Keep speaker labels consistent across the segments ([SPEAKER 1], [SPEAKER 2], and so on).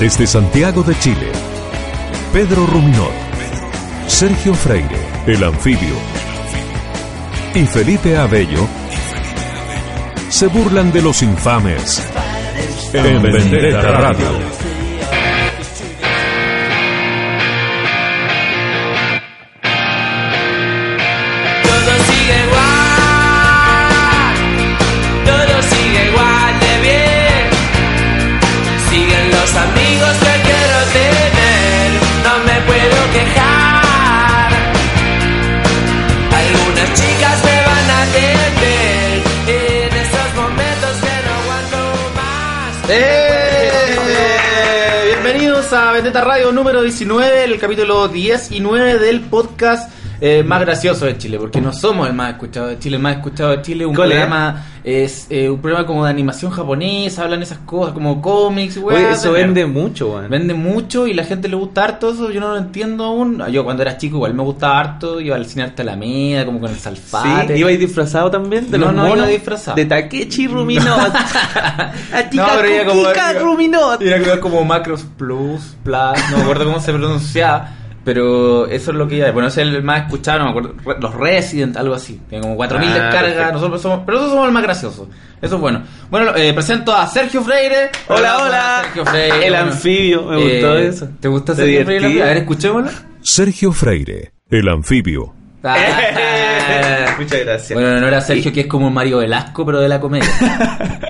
[SPEAKER 1] Desde Santiago de Chile, Pedro Ruminot, Sergio Freire, el anfibio, y Felipe Abello se burlan de los infames en Vendetta Radio.
[SPEAKER 2] Todo sigue igual, todo sigue igual de bien. Siguen los amigos que quiero tener, no me puedo quejar. Algunas chicas me van a atender en esos momentos que no aguanto más.
[SPEAKER 3] ¡Eh! Bienvenidos a Vendetta Radio número 19, el capítulo 10 y 9 del podcast eh, más gracioso de Chile, porque no somos el más escuchado de Chile, el más escuchado de Chile, un
[SPEAKER 4] ¿Cuál es?
[SPEAKER 3] programa es eh, un programa como de animación japonesa, hablan esas cosas como cómics, weá,
[SPEAKER 4] Oye, eso
[SPEAKER 3] de-
[SPEAKER 4] vende mucho, weón.
[SPEAKER 3] Vende mucho y la gente le gusta harto eso, yo no lo entiendo aún. Yo cuando era chico igual me gustaba harto, iba al cine harta la media, como con el salfate.
[SPEAKER 4] Sí, iba disfrazado también de
[SPEAKER 3] No,
[SPEAKER 4] los
[SPEAKER 3] no, iba
[SPEAKER 4] monos
[SPEAKER 3] disfrazado.
[SPEAKER 4] De Takechi Ruminot. A
[SPEAKER 3] No, pero era como- era-
[SPEAKER 4] Ruminot.
[SPEAKER 3] Era que era como Macros Plus, Plus, no me acuerdo cómo se pronunciaba, pero eso es lo que iba. Bueno, ese es el más escuchado, no me acuerdo. Re- Los Resident, algo así. Tiene como 4.000
[SPEAKER 4] Ah,
[SPEAKER 3] descargas,
[SPEAKER 4] perfecto.
[SPEAKER 3] nosotros somos, pero nosotros somos el más gracioso. Eso es bueno. Bueno, eh, presento a Sergio Freire.
[SPEAKER 4] Hola, hola.
[SPEAKER 3] Sergio Freire.
[SPEAKER 4] El
[SPEAKER 3] Bueno,
[SPEAKER 4] anfibio, me gustó
[SPEAKER 3] eh,
[SPEAKER 4] eso.
[SPEAKER 3] ¿Te gusta
[SPEAKER 4] Te
[SPEAKER 3] Sergio Freire?
[SPEAKER 4] divertí.
[SPEAKER 3] A ver, escuchémoslo. Ah,
[SPEAKER 1] Sergio Freire, el anfibio.
[SPEAKER 4] Muchas gracias.
[SPEAKER 3] Bueno, en honor a Sergio, que es como Mario Velasco, pero de la comedia.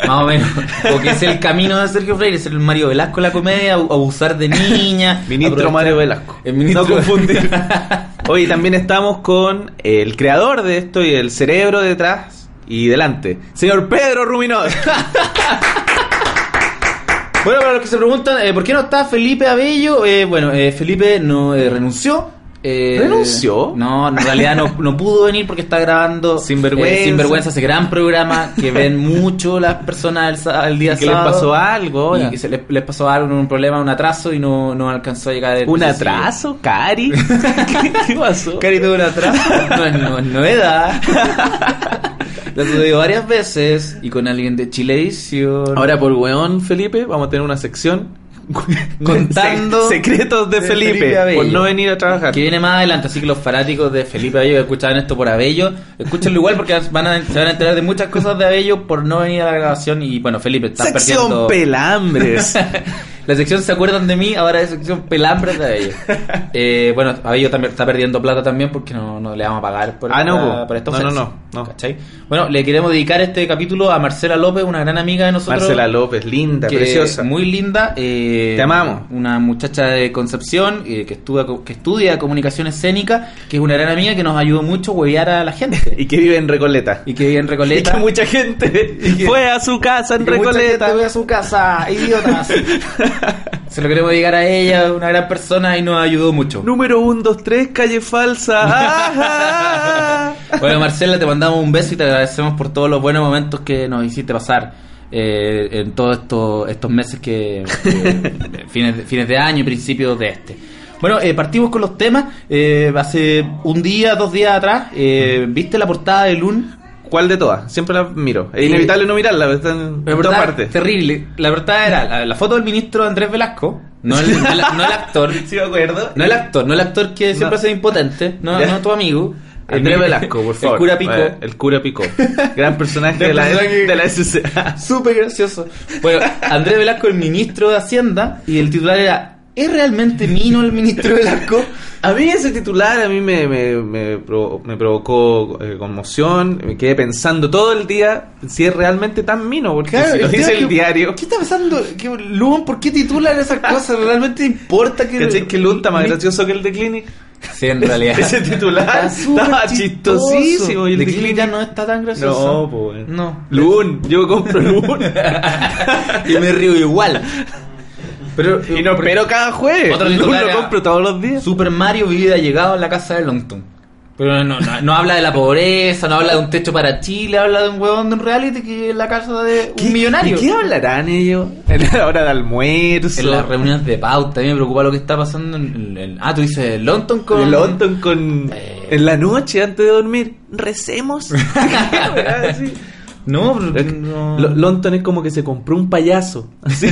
[SPEAKER 3] Más o menos. Porque es el camino de Sergio Freire, ser el Mario Velasco de la comedia, ab- abusar de niña.
[SPEAKER 4] Ministro
[SPEAKER 3] aprovechar-
[SPEAKER 4] Mario Velasco.
[SPEAKER 3] El ministro-
[SPEAKER 4] No confundir. Em, Oye, también estamos con el creador de esto y el cerebro detrás y delante. Señor Pedro Ruminot.
[SPEAKER 3] Bueno, para los que se preguntan, eh, ¿por qué no está Felipe Abello? Eh, bueno, eh, Felipe no eh, renunció. Eh,
[SPEAKER 4] ¿Renunció?
[SPEAKER 3] No, en realidad no, no pudo venir porque está grabando
[SPEAKER 4] Sinvergüenza.
[SPEAKER 3] eh, Sinvergüenza, ese gran programa que ven mucho las personas el, sa- el día
[SPEAKER 4] que les
[SPEAKER 3] sábado.
[SPEAKER 4] pasó algo.
[SPEAKER 3] Y que se les, les pasó algo, un problema, un atraso y no, no alcanzó a llegar el
[SPEAKER 4] ¿Un
[SPEAKER 3] episodio.
[SPEAKER 4] atraso, Cari? ¿Qué, qué pasó?
[SPEAKER 3] Cari tuvo un atraso. No es no, es novedad. Lo sucedió varias veces y con alguien de Chilevisión.
[SPEAKER 4] Ahora por weón, Felipe, vamos a tener una sección
[SPEAKER 3] Contando
[SPEAKER 4] Se- secretos de,
[SPEAKER 3] de
[SPEAKER 4] Felipe,
[SPEAKER 3] Felipe Abello.
[SPEAKER 4] por no venir a trabajar.
[SPEAKER 3] que viene más adelante, así que los fanáticos de Felipe Abello que escuchaban esto por Abello, escúchenlo igual porque van a, se van a enterar de muchas cosas de Abello por no venir a la grabación y bueno, Felipe, estás
[SPEAKER 4] Sección
[SPEAKER 3] perdiendo...
[SPEAKER 4] pelambres.
[SPEAKER 3] La sección Se acuerdan de mí, ahora es sección pelambres de Abello. Eh, bueno, Abello también está perdiendo plata también porque no, no le vamos a pagar por,
[SPEAKER 4] Ah, no,
[SPEAKER 3] esta-
[SPEAKER 4] po.
[SPEAKER 3] por esta
[SPEAKER 4] No, no,
[SPEAKER 3] ausencia,
[SPEAKER 4] no, no.
[SPEAKER 3] ¿cachai? Bueno, le queremos dedicar este capítulo a Marcela López, una gran amiga de nosotros.
[SPEAKER 4] Marcela López, linda,
[SPEAKER 3] que
[SPEAKER 4] preciosa.
[SPEAKER 3] Muy linda. eh,
[SPEAKER 4] Te amamos.
[SPEAKER 3] Una muchacha de Concepción eh, que, estudia, que estudia comunicación escénica, que es una gran amiga que nos ayudó mucho a huevear a la gente.
[SPEAKER 4] Y que vive en Recoleta.
[SPEAKER 3] Y que vive en
[SPEAKER 4] Y
[SPEAKER 3] Recoleta.
[SPEAKER 4] que mucha gente
[SPEAKER 3] Y que-
[SPEAKER 4] fue a su casa en
[SPEAKER 3] Que mucha
[SPEAKER 4] Recoleta.
[SPEAKER 3] gente ve a su casa, idiotas. Se lo queremos llegar a ella, una gran persona y nos ayudó mucho.
[SPEAKER 4] Número 1, 2, 3, calle falsa. Ajá.
[SPEAKER 3] Bueno, Marcela, te mandamos un beso y te agradecemos por todos los buenos momentos que nos hiciste pasar eh, en todos estos, estos meses que. eh, fines, de, fines de año y principios de este. Bueno, eh, partimos con los temas. Eh, hace un día, dos días atrás, eh, ¿viste la portada de Lun?
[SPEAKER 4] ¿Cuál de todas? Siempre la miro. Es
[SPEAKER 3] Sí.
[SPEAKER 4] inevitable no mirarla, pero está en
[SPEAKER 3] La
[SPEAKER 4] en
[SPEAKER 3] verdad,
[SPEAKER 4] todas partes.
[SPEAKER 3] terrible. La verdad era la, la foto del ministro Andrés Velasco, no el, no el- no el actor.
[SPEAKER 4] Sí, me acuerdo.
[SPEAKER 3] No el actor, no el actor que siempre hace impotente, no,
[SPEAKER 4] Ya.
[SPEAKER 3] no tu amigo.
[SPEAKER 4] Andrés
[SPEAKER 3] El-
[SPEAKER 4] Velasco, por favor.
[SPEAKER 3] El cura Pico.
[SPEAKER 4] Eh, el cura Pico. Gran personaje
[SPEAKER 3] Gran
[SPEAKER 4] de la, E,
[SPEAKER 3] personaje.
[SPEAKER 4] de la SCA.
[SPEAKER 3] Súper gracioso. Bueno, Andrés Velasco, el ministro de Hacienda, y el titular era: ¿Es realmente Mino el ministro Velasco?
[SPEAKER 4] A mí ese titular a mí me, me, me provo- me provocó eh, conmoción, me quedé pensando todo el día si es realmente tan mino, porque si lo
[SPEAKER 3] el tema
[SPEAKER 4] dice
[SPEAKER 3] es
[SPEAKER 4] el
[SPEAKER 3] que-
[SPEAKER 4] diario,
[SPEAKER 3] ¿Qué está pasando? ¿Qué, Luan, ¿por qué titulan esas cosas? ¿Realmente importa que.?
[SPEAKER 4] ¿cachai? Que el está más gracioso que el de Clinic.
[SPEAKER 3] Sí, en realidad.
[SPEAKER 4] Ese titular
[SPEAKER 3] Está súper
[SPEAKER 4] estaba
[SPEAKER 3] chistoso.
[SPEAKER 4] chistosísimo y el
[SPEAKER 3] De
[SPEAKER 4] de
[SPEAKER 3] Click
[SPEAKER 4] Clinic
[SPEAKER 3] ya no está tan gracioso.
[SPEAKER 4] No, pues.
[SPEAKER 3] No.
[SPEAKER 4] Loon, yo compro Loon.
[SPEAKER 3] Y me río igual. Pero,
[SPEAKER 4] y no espero cada jueves.
[SPEAKER 3] Otro
[SPEAKER 4] Loon
[SPEAKER 3] titular
[SPEAKER 4] lo
[SPEAKER 3] era-
[SPEAKER 4] compro todos los días.
[SPEAKER 3] Super Mario vive allegado en la casa de Longton. Pero no, no, no habla de la pobreza, no habla de un techo para Chile, habla de un huevón de un reality que vive en la casa de un
[SPEAKER 4] ¿Qué-
[SPEAKER 3] millonario.
[SPEAKER 4] ¿De qué hablarán ellos? En la hora de almuerzo.
[SPEAKER 3] En las reuniones de pauta, a mí me preocupa lo que está pasando en... en- ah, tú dices Longton con...
[SPEAKER 4] El London con.
[SPEAKER 3] Eh.
[SPEAKER 4] En la noche, antes de dormir, recemos. Sí.
[SPEAKER 3] No, pero
[SPEAKER 4] Es que
[SPEAKER 3] no.
[SPEAKER 4] Lo- Lonton es como que se compró un payaso. Así.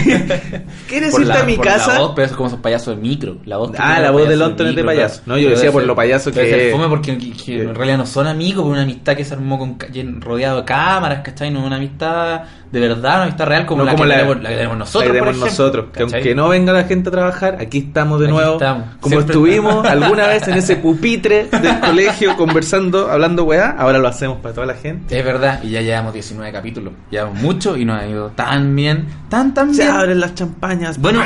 [SPEAKER 4] ¿Quieres
[SPEAKER 3] Por
[SPEAKER 4] irte
[SPEAKER 3] la-
[SPEAKER 4] a mi
[SPEAKER 3] por la
[SPEAKER 4] casa?
[SPEAKER 3] voz, pero es como esos payasos de micro. La voz que
[SPEAKER 4] Ah,
[SPEAKER 3] tienen
[SPEAKER 4] la
[SPEAKER 3] los
[SPEAKER 4] voz de
[SPEAKER 3] payasos
[SPEAKER 4] Lonton es de
[SPEAKER 3] micro, claro.
[SPEAKER 4] payaso. No, yo
[SPEAKER 3] Pero
[SPEAKER 4] decía
[SPEAKER 3] debe
[SPEAKER 4] por
[SPEAKER 3] ser-
[SPEAKER 4] lo payaso
[SPEAKER 3] debe
[SPEAKER 4] que Eh.
[SPEAKER 3] ser
[SPEAKER 4] es.
[SPEAKER 3] fome porque que- que en realidad no son amigos, pero una amistad que se armó con, ca- llen- rodeado de cámaras, ¿cachai? No es una amistad de verdad, una amistad real como,
[SPEAKER 4] No
[SPEAKER 3] la,
[SPEAKER 4] como
[SPEAKER 3] que
[SPEAKER 4] la-
[SPEAKER 3] tenemos, la que tenemos nosotros.
[SPEAKER 4] Ahí
[SPEAKER 3] por
[SPEAKER 4] tenemos
[SPEAKER 3] ejemplo,
[SPEAKER 4] nosotros. Que
[SPEAKER 3] ¿cachai?
[SPEAKER 4] aunque no venga la gente a trabajar, aquí estamos de
[SPEAKER 3] Aquí
[SPEAKER 4] nuevo.
[SPEAKER 3] estamos.
[SPEAKER 4] Como
[SPEAKER 3] Siempre.
[SPEAKER 4] estuvimos alguna vez en ese pupitre del colegio conversando, hablando weá, ahora lo hacemos para toda la gente.
[SPEAKER 3] Es verdad, y ya llevamos 19 capítulos. Llevamos mucho y nos ha ido tan bien, tan, tan
[SPEAKER 4] Se
[SPEAKER 3] bien.
[SPEAKER 4] abren las champañas.
[SPEAKER 3] Bueno,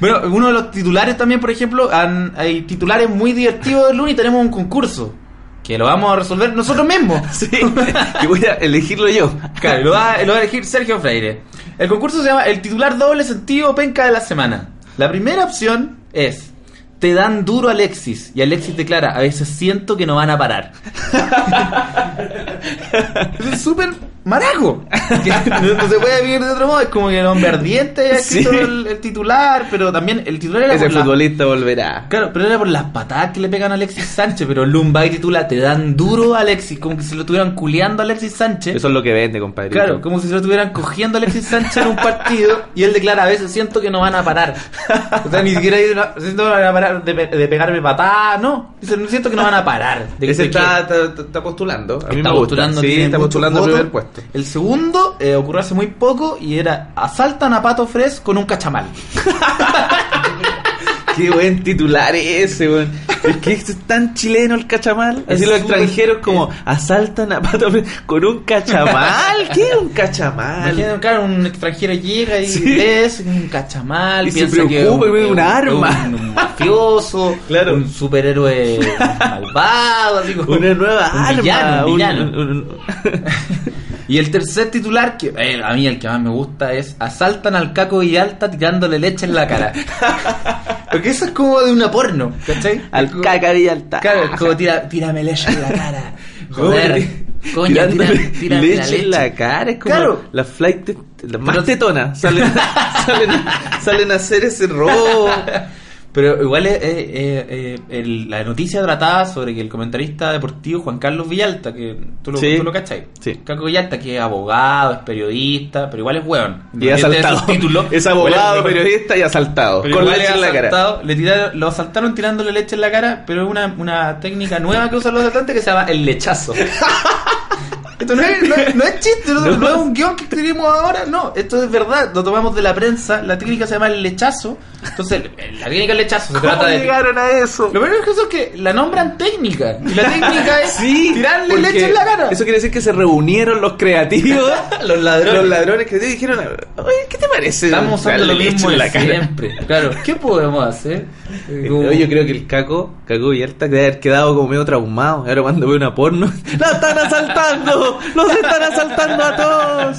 [SPEAKER 3] bueno, uno de los titulares también, por ejemplo, han- hay titulares muy divertidos del lunes y tenemos un concurso que lo vamos a resolver nosotros mismos.
[SPEAKER 4] sí. Y voy a elegirlo yo.
[SPEAKER 3] Claro, lo va, lo va a elegir Sergio Freire. El concurso se llama El titular doble sentido penca de la semana. La primera opción es Te dan duro Alexis y Alexis declara, a veces siento que no van a parar. es súper marajo. Que No, no se puede vivir de otro modo, es como que el hombre ardiente ha escrito
[SPEAKER 4] Sí.
[SPEAKER 3] el, el titular, pero también el titular era
[SPEAKER 4] Ese
[SPEAKER 3] por la-
[SPEAKER 4] futbolista volverá.
[SPEAKER 3] Claro, pero era por las patadas que le pegan a Alexis Sánchez, pero Lumbay titula Te dan duro a Alexis, como que se lo estuvieran culeando a Alexis Sánchez.
[SPEAKER 4] Eso es lo que vende, compadre.
[SPEAKER 3] Claro, como si se lo estuvieran cogiendo a Alexis Sánchez en un partido y él declara, a veces siento que no van a parar. O sea, ni siquiera dice, "No, siento que no van a parar de, pe- de pegarme patadas, no. Dice, "No siento que no van a parar. De-
[SPEAKER 4] Ese
[SPEAKER 3] de
[SPEAKER 4] está,
[SPEAKER 3] que-
[SPEAKER 4] está- está postulando. A
[SPEAKER 3] está
[SPEAKER 4] mí me gusta.
[SPEAKER 3] postulando,
[SPEAKER 4] Sí,
[SPEAKER 3] tiene
[SPEAKER 4] está
[SPEAKER 3] muchos
[SPEAKER 4] postulando el
[SPEAKER 3] votos.
[SPEAKER 4] primer puesto.
[SPEAKER 3] El segundo eh, ocurrió hace muy poco y era, asaltan a Pato Fres con un cachamal.
[SPEAKER 4] Qué buen titular ese, weón. Es que este es tan chileno el cachamal.
[SPEAKER 3] Es
[SPEAKER 4] Así los
[SPEAKER 3] súper-
[SPEAKER 4] extranjeros como asaltan a Pato Fre- con un cachamal. ¿Qué es un cachamal?
[SPEAKER 3] Imagínate, claro, un extranjero llega y
[SPEAKER 4] Sí.
[SPEAKER 3] es un cachamal,
[SPEAKER 4] Y se
[SPEAKER 3] piensa que
[SPEAKER 4] preocupa y ve
[SPEAKER 3] es
[SPEAKER 4] un arma.
[SPEAKER 3] es Un, mafioso,
[SPEAKER 4] Claro.
[SPEAKER 3] un superhéroe malvado, así como
[SPEAKER 4] Una nueva
[SPEAKER 3] un
[SPEAKER 4] arma.
[SPEAKER 3] villano, un
[SPEAKER 4] un-
[SPEAKER 3] villano.
[SPEAKER 4] un- un-
[SPEAKER 3] Y el tercer titular, que eh, a mí el que más me gusta, es Asaltan al Caco y Alta tirándole leche en la cara. Porque eso es como de una porno, ¿cachai? Es
[SPEAKER 4] al
[SPEAKER 3] como-
[SPEAKER 4] caca de alta. Ah,
[SPEAKER 3] Claro, es como tira, tírame leche en la cara. Joder,
[SPEAKER 4] Joder,
[SPEAKER 3] coño, tírame,
[SPEAKER 4] tirándole
[SPEAKER 3] tírame
[SPEAKER 4] leche,
[SPEAKER 3] la leche.
[SPEAKER 4] en la cara es como
[SPEAKER 3] Claro.
[SPEAKER 4] la flight la más
[SPEAKER 3] Pero-
[SPEAKER 4] tetona salen, salen, salen a hacer ese robo
[SPEAKER 3] Pero igual eh, eh, eh, el- la noticia trataba sobre que el comentarista deportivo Juan Carlos Villalta, que tú lo,
[SPEAKER 4] Sí.
[SPEAKER 3] tú lo cachai,
[SPEAKER 4] Sí.
[SPEAKER 3] Caco Villalta, que es abogado, es periodista, pero igual es hueón.
[SPEAKER 4] y
[SPEAKER 3] Independiente de
[SPEAKER 4] asaltado
[SPEAKER 3] sus títulos,
[SPEAKER 4] es
[SPEAKER 3] igual
[SPEAKER 4] abogado
[SPEAKER 3] es hueón.
[SPEAKER 4] periodista y asaltado
[SPEAKER 3] Pero
[SPEAKER 4] con
[SPEAKER 3] igual
[SPEAKER 4] leche
[SPEAKER 3] es
[SPEAKER 4] en la cara
[SPEAKER 3] asaltado, le tiraron- lo asaltaron tirándole leche en la cara, pero es una, una técnica nueva que usan los asaltantes que se llama el lechazo. Esto no es, no es- no es chiste, no,
[SPEAKER 4] No.
[SPEAKER 3] no es un guión que escribimos ahora, no, esto es verdad, lo tomamos de la prensa, la técnica se llama el lechazo, entonces eh, la técnica del lechazo se trata de...
[SPEAKER 4] a eso
[SPEAKER 3] Lo peor es que eso es que la nombran técnica, y la técnica es
[SPEAKER 4] sí
[SPEAKER 3] tirarle
[SPEAKER 4] porque
[SPEAKER 3] leche en la cara.
[SPEAKER 4] eso quiere decir que se reunieron los creativos
[SPEAKER 3] Los ladrones.
[SPEAKER 4] los ladrones que dijeron oye qué te parece
[SPEAKER 3] Estamos usando
[SPEAKER 4] darle
[SPEAKER 3] lo
[SPEAKER 4] leche
[SPEAKER 3] mismo
[SPEAKER 4] en
[SPEAKER 3] de
[SPEAKER 4] la cara?
[SPEAKER 3] siempre. Claro, ¿qué podemos hacer?
[SPEAKER 4] Eh, no, yo creo que el Caco, Caco Villalta, debe haber quedado como medio traumado. Ahora cuando ve una porno, ¡la están asaltando! ¡Los están asaltando a todos!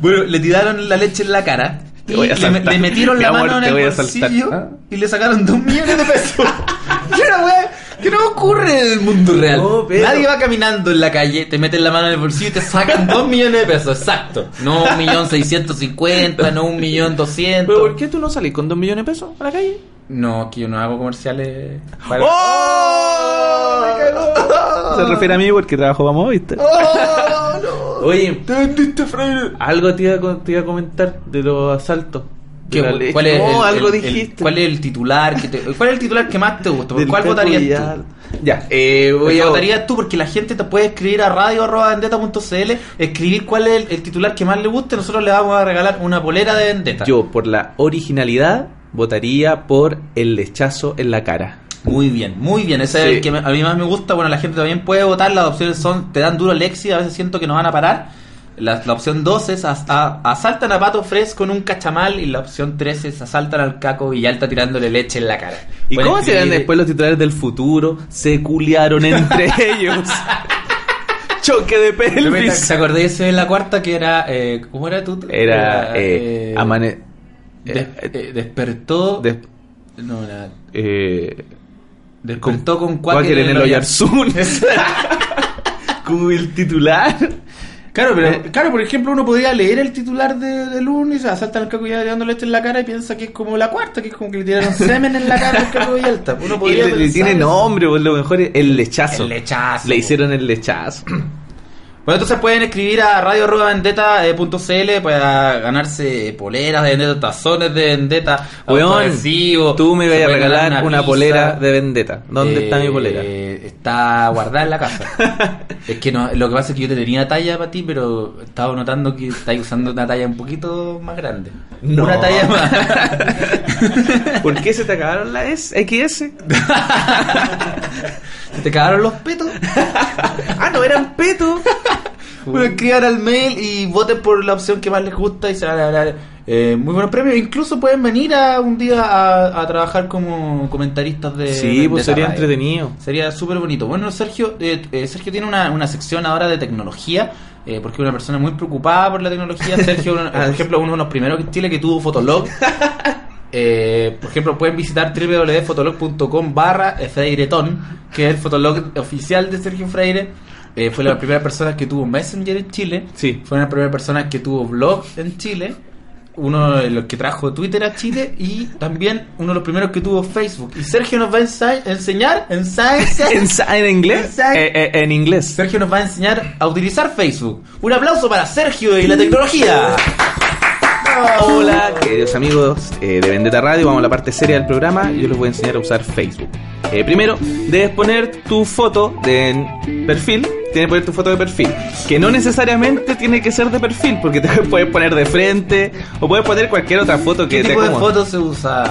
[SPEAKER 3] Bueno, le tiraron la leche en la cara.
[SPEAKER 4] Te
[SPEAKER 3] y
[SPEAKER 4] voy a
[SPEAKER 3] le,
[SPEAKER 4] saltar.
[SPEAKER 3] le metieron
[SPEAKER 4] Mi
[SPEAKER 3] la
[SPEAKER 4] amor,
[SPEAKER 3] mano en
[SPEAKER 4] te voy a
[SPEAKER 3] el
[SPEAKER 4] saltar.
[SPEAKER 3] bolsillo
[SPEAKER 4] ¿Ah?
[SPEAKER 3] y le sacaron dos millones de pesos. ¿Qué una weá que no ocurre en el mundo real?
[SPEAKER 4] No, Oh, pero-
[SPEAKER 3] Nadie va caminando en la calle, te meten la mano en el bolsillo y te sacan dos millones de pesos, exacto. No un millón seiscientos cincuenta, no un millón doscientos.
[SPEAKER 4] ¿Pero por qué tú no salís con dos millones de pesos a la calle?
[SPEAKER 3] No, que yo no hago comerciales. para-
[SPEAKER 4] ¡Oh! Se refiere a mí porque trabajo para Movistar.
[SPEAKER 3] ¡Oh, Ah. no!
[SPEAKER 4] Oye,
[SPEAKER 3] ¡Te vendiste, Freire!
[SPEAKER 4] algo te iba, a co- te iba a comentar de los asaltos. de
[SPEAKER 3] ¿Qué-
[SPEAKER 4] la leche.
[SPEAKER 3] ¿Cuál es
[SPEAKER 4] no,
[SPEAKER 3] el-
[SPEAKER 4] Oh, algo
[SPEAKER 3] el- el-
[SPEAKER 4] dijiste.
[SPEAKER 3] ¿Cuál es el titular? Que te- ¿Cuál es el titular que más te gusta? ¿Por
[SPEAKER 4] Del
[SPEAKER 3] cuál
[SPEAKER 4] Caco
[SPEAKER 3] votarías tú?
[SPEAKER 4] Villalta. Ya, eh,
[SPEAKER 3] Voy
[SPEAKER 4] voy a...
[SPEAKER 3] votarías tú porque la gente te puede escribir a radio.vendetta.cl, escribir cuál es el, el titular que más le guste, nosotros le vamos a regalar una polera de Vendetta.
[SPEAKER 4] Yo, por la originalidad, votaría por el lechazo en la cara.
[SPEAKER 3] Muy bien, muy bien, ese es
[SPEAKER 4] Sí.
[SPEAKER 3] el que me- a mí más me gusta, bueno, la gente también puede votar, las opciones son, te dan duro Lexi, a veces siento que nos van a parar. La, la opción 2 es as- a- asaltan a Pato Fres con un cachamal y la opción 3 es asaltan al Caco Villalta tirándole leche en la cara.
[SPEAKER 4] ¿Y
[SPEAKER 3] Pueden
[SPEAKER 4] cómo serán
[SPEAKER 3] escribir-
[SPEAKER 4] después los titulares del futuro? Se culiaron entre ellos. Choque de pelvis.
[SPEAKER 3] ¿Se acordé ese de la cuarta que era. eh, ¿Cómo era tú?
[SPEAKER 4] Era eh,
[SPEAKER 3] eh,
[SPEAKER 4] amane-
[SPEAKER 3] des- eh, despertó.
[SPEAKER 4] des-
[SPEAKER 3] no, era.
[SPEAKER 4] eh,
[SPEAKER 3] Despertó con,
[SPEAKER 4] Quaker en el Oyarzún.
[SPEAKER 3] Exacto.
[SPEAKER 4] como el titular.
[SPEAKER 3] Claro,
[SPEAKER 4] Eh.
[SPEAKER 3] pero claro, por ejemplo, uno podría leer el titular de- del lunes y se asaltan al caco y tirando leche en la cara y piensa que es como la cuarta, que es como que le tiraron semen en la cara al caco y alta. Uno
[SPEAKER 4] Y
[SPEAKER 3] podría
[SPEAKER 4] le, le
[SPEAKER 3] pensar
[SPEAKER 4] tiene
[SPEAKER 3] eso.
[SPEAKER 4] nombre, pues lo mejor es el lechazo.
[SPEAKER 3] El lechazo.
[SPEAKER 4] Le hicieron el lechazo.
[SPEAKER 3] Bueno, entonces pueden escribir a radio.vendetta.cl eh, para ganarse poleras de vendetta, tazones de vendetta,
[SPEAKER 4] Weón,
[SPEAKER 3] autoadhesivos,
[SPEAKER 4] tú me
[SPEAKER 3] se
[SPEAKER 4] vas a
[SPEAKER 3] pueden
[SPEAKER 4] regalar
[SPEAKER 3] ganar
[SPEAKER 4] una,
[SPEAKER 3] pizza.
[SPEAKER 4] polera de vendetta. ¿Dónde está mi
[SPEAKER 3] Eh,
[SPEAKER 4] polera?
[SPEAKER 3] Está guardada en la casa. es que no, lo que pasa es que yo te tenía talla para ti, pero estaba notando que estáis usando una talla un poquito más grande.
[SPEAKER 4] No.
[SPEAKER 3] Una talla más.
[SPEAKER 4] ¿Por qué se te acabaron las S- XS?
[SPEAKER 3] ¿Se ¿Te cagaron los petos?
[SPEAKER 4] Ah, no, eran peto.
[SPEAKER 3] Bueno, escriban al mail y voten por la opción que más les gusta y se van a ganar eh, muy buenos premios. Incluso pueden venir a un día a, a trabajar como comentaristas de.
[SPEAKER 4] Sí,
[SPEAKER 3] de
[SPEAKER 4] pues
[SPEAKER 3] esa
[SPEAKER 4] sería
[SPEAKER 3] radio.
[SPEAKER 4] entretenido.
[SPEAKER 3] Sería súper bonito. Bueno, Sergio, eh, eh, Sergio tiene una, una sección ahora de tecnología, eh, porque es una persona muy preocupada por la tecnología. Sergio, uno- por ejemplo, uno de los primeros en Chile que tuvo Fotolog. Eh, por ejemplo, pueden visitar www.fotolog.com barra Freiretón, que es el fotolog oficial de Sergio Freire. Eh, fue la primera persona que tuvo Messenger en Chile.
[SPEAKER 4] Sí.
[SPEAKER 3] Fue la primera persona que tuvo blog en Chile. Uno de los que trajo Twitter a Chile y también uno de los primeros que tuvo Facebook. Y Sergio nos va a ensa- enseñar, ensa-
[SPEAKER 4] ¿En, sa- en inglés?
[SPEAKER 3] Exacto.
[SPEAKER 4] Eh, eh, en inglés.
[SPEAKER 3] Sergio nos va a enseñar a utilizar Facebook. Un aplauso para Sergio y la tecnología.
[SPEAKER 4] Hola, queridos amigos eh, de Vendetta Radio, vamos a la parte seria del programa. Yo les voy a enseñar a usar Facebook. Eh, primero, debes poner tu foto de en perfil. Tienes que poner tu foto de perfil. Que no necesariamente tiene que ser de perfil, porque te puedes poner de frente o puedes poner cualquier otra foto que
[SPEAKER 3] ¿Qué
[SPEAKER 4] te
[SPEAKER 3] tipo de
[SPEAKER 4] acomode.
[SPEAKER 3] fotos se usa?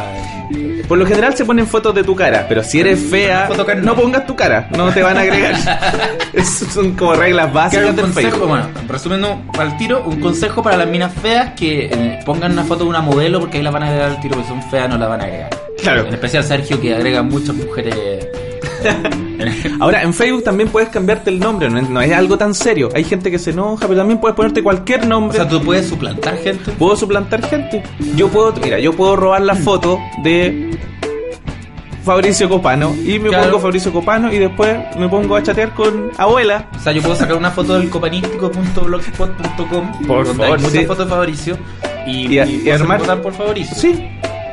[SPEAKER 4] Por lo general se ponen fotos de tu cara, pero si eres fea,
[SPEAKER 3] Foto carne.
[SPEAKER 4] no pongas tu cara, no te van a agregar. Es- son como reglas
[SPEAKER 3] Claro,
[SPEAKER 4] básicas
[SPEAKER 3] un
[SPEAKER 4] del
[SPEAKER 3] consejo,
[SPEAKER 4] Facebook.
[SPEAKER 3] bueno, resumiendo al tiro, un consejo para las minas feas que eh, pongan una foto de una modelo porque ahí la van a agregar al tiro, que son feas no la van a agregar.
[SPEAKER 4] Claro.
[SPEAKER 3] En especial Sergio que agrega muchas mujeres. eh,
[SPEAKER 4] Ahora, en Facebook también puedes cambiarte el nombre, no es, no es algo tan serio. Hay gente que se enoja, pero también puedes ponerte cualquier
[SPEAKER 3] o
[SPEAKER 4] nombre.
[SPEAKER 3] sea, tú puedes suplantar gente.
[SPEAKER 4] Puedo suplantar gente. Yo puedo, mira, yo puedo robar la foto de Fabricio Copano y me
[SPEAKER 3] Claro.
[SPEAKER 4] pongo Fabricio Copano y después me pongo a chatear con abuela.
[SPEAKER 3] O sea, yo puedo sacar una foto del copanístico.blogspot.com
[SPEAKER 4] Por
[SPEAKER 3] donde
[SPEAKER 4] favor,
[SPEAKER 3] hay muchas
[SPEAKER 4] sí.
[SPEAKER 3] fotos de Fabricio y,
[SPEAKER 4] Y a- y
[SPEAKER 3] puedo hacer
[SPEAKER 4] armar-
[SPEAKER 3] votar por Fabricio.
[SPEAKER 4] Sí.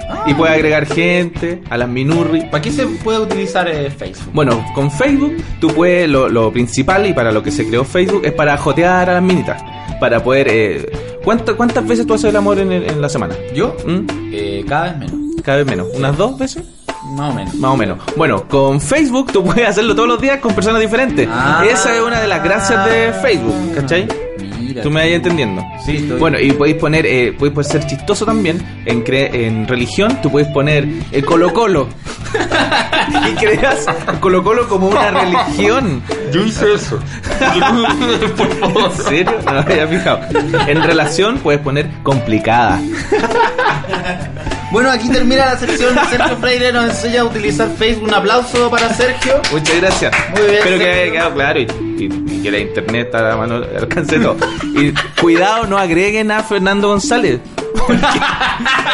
[SPEAKER 3] Ah.
[SPEAKER 4] Y puedes agregar gente a las minurri.
[SPEAKER 3] ¿Para qué se puede utilizar eh, Facebook?
[SPEAKER 4] Bueno, con Facebook tú puedes, lo, lo principal y para lo que se creó Facebook es para jotear a las minitas, para poder... eh, ¿cuánto- ¿Cuántas veces tú haces el amor en, el- en la semana?
[SPEAKER 3] yo
[SPEAKER 4] ¿Mm?
[SPEAKER 3] eh, cada vez menos,
[SPEAKER 4] Cada vez menos, unas dos veces,
[SPEAKER 3] más o menos.
[SPEAKER 4] más o menos. Bueno, con Facebook tú puedes hacerlo todos los días con personas diferentes.
[SPEAKER 3] Ah.
[SPEAKER 4] Esa es una de las gracias de Facebook, ¿cachai?
[SPEAKER 3] Mira.
[SPEAKER 4] Tú me vas entendiendo.
[SPEAKER 3] Sí, estoy-
[SPEAKER 4] Bueno, y podéis poner, eh, podéis poder ser chistoso también. En, cre- en religión, tú puedes poner el Colo-Colo. y creas el Colo-Colo como una religión.
[SPEAKER 3] Yo hice eso. por favor.
[SPEAKER 4] ¿En serio? No me había fijado. En relación, puedes poner complicada.
[SPEAKER 3] Bueno, aquí termina la sección. Sergio Freire nos enseña a utilizar Facebook. Un aplauso para Sergio.
[SPEAKER 4] Muchas gracias.
[SPEAKER 3] Muy bien,
[SPEAKER 4] Espero que
[SPEAKER 3] Sergio.
[SPEAKER 4] haya quedado claro y, y- y que la internet a la mano al alcance de todo. Y cuidado, no agreguen a Fernando González. Porque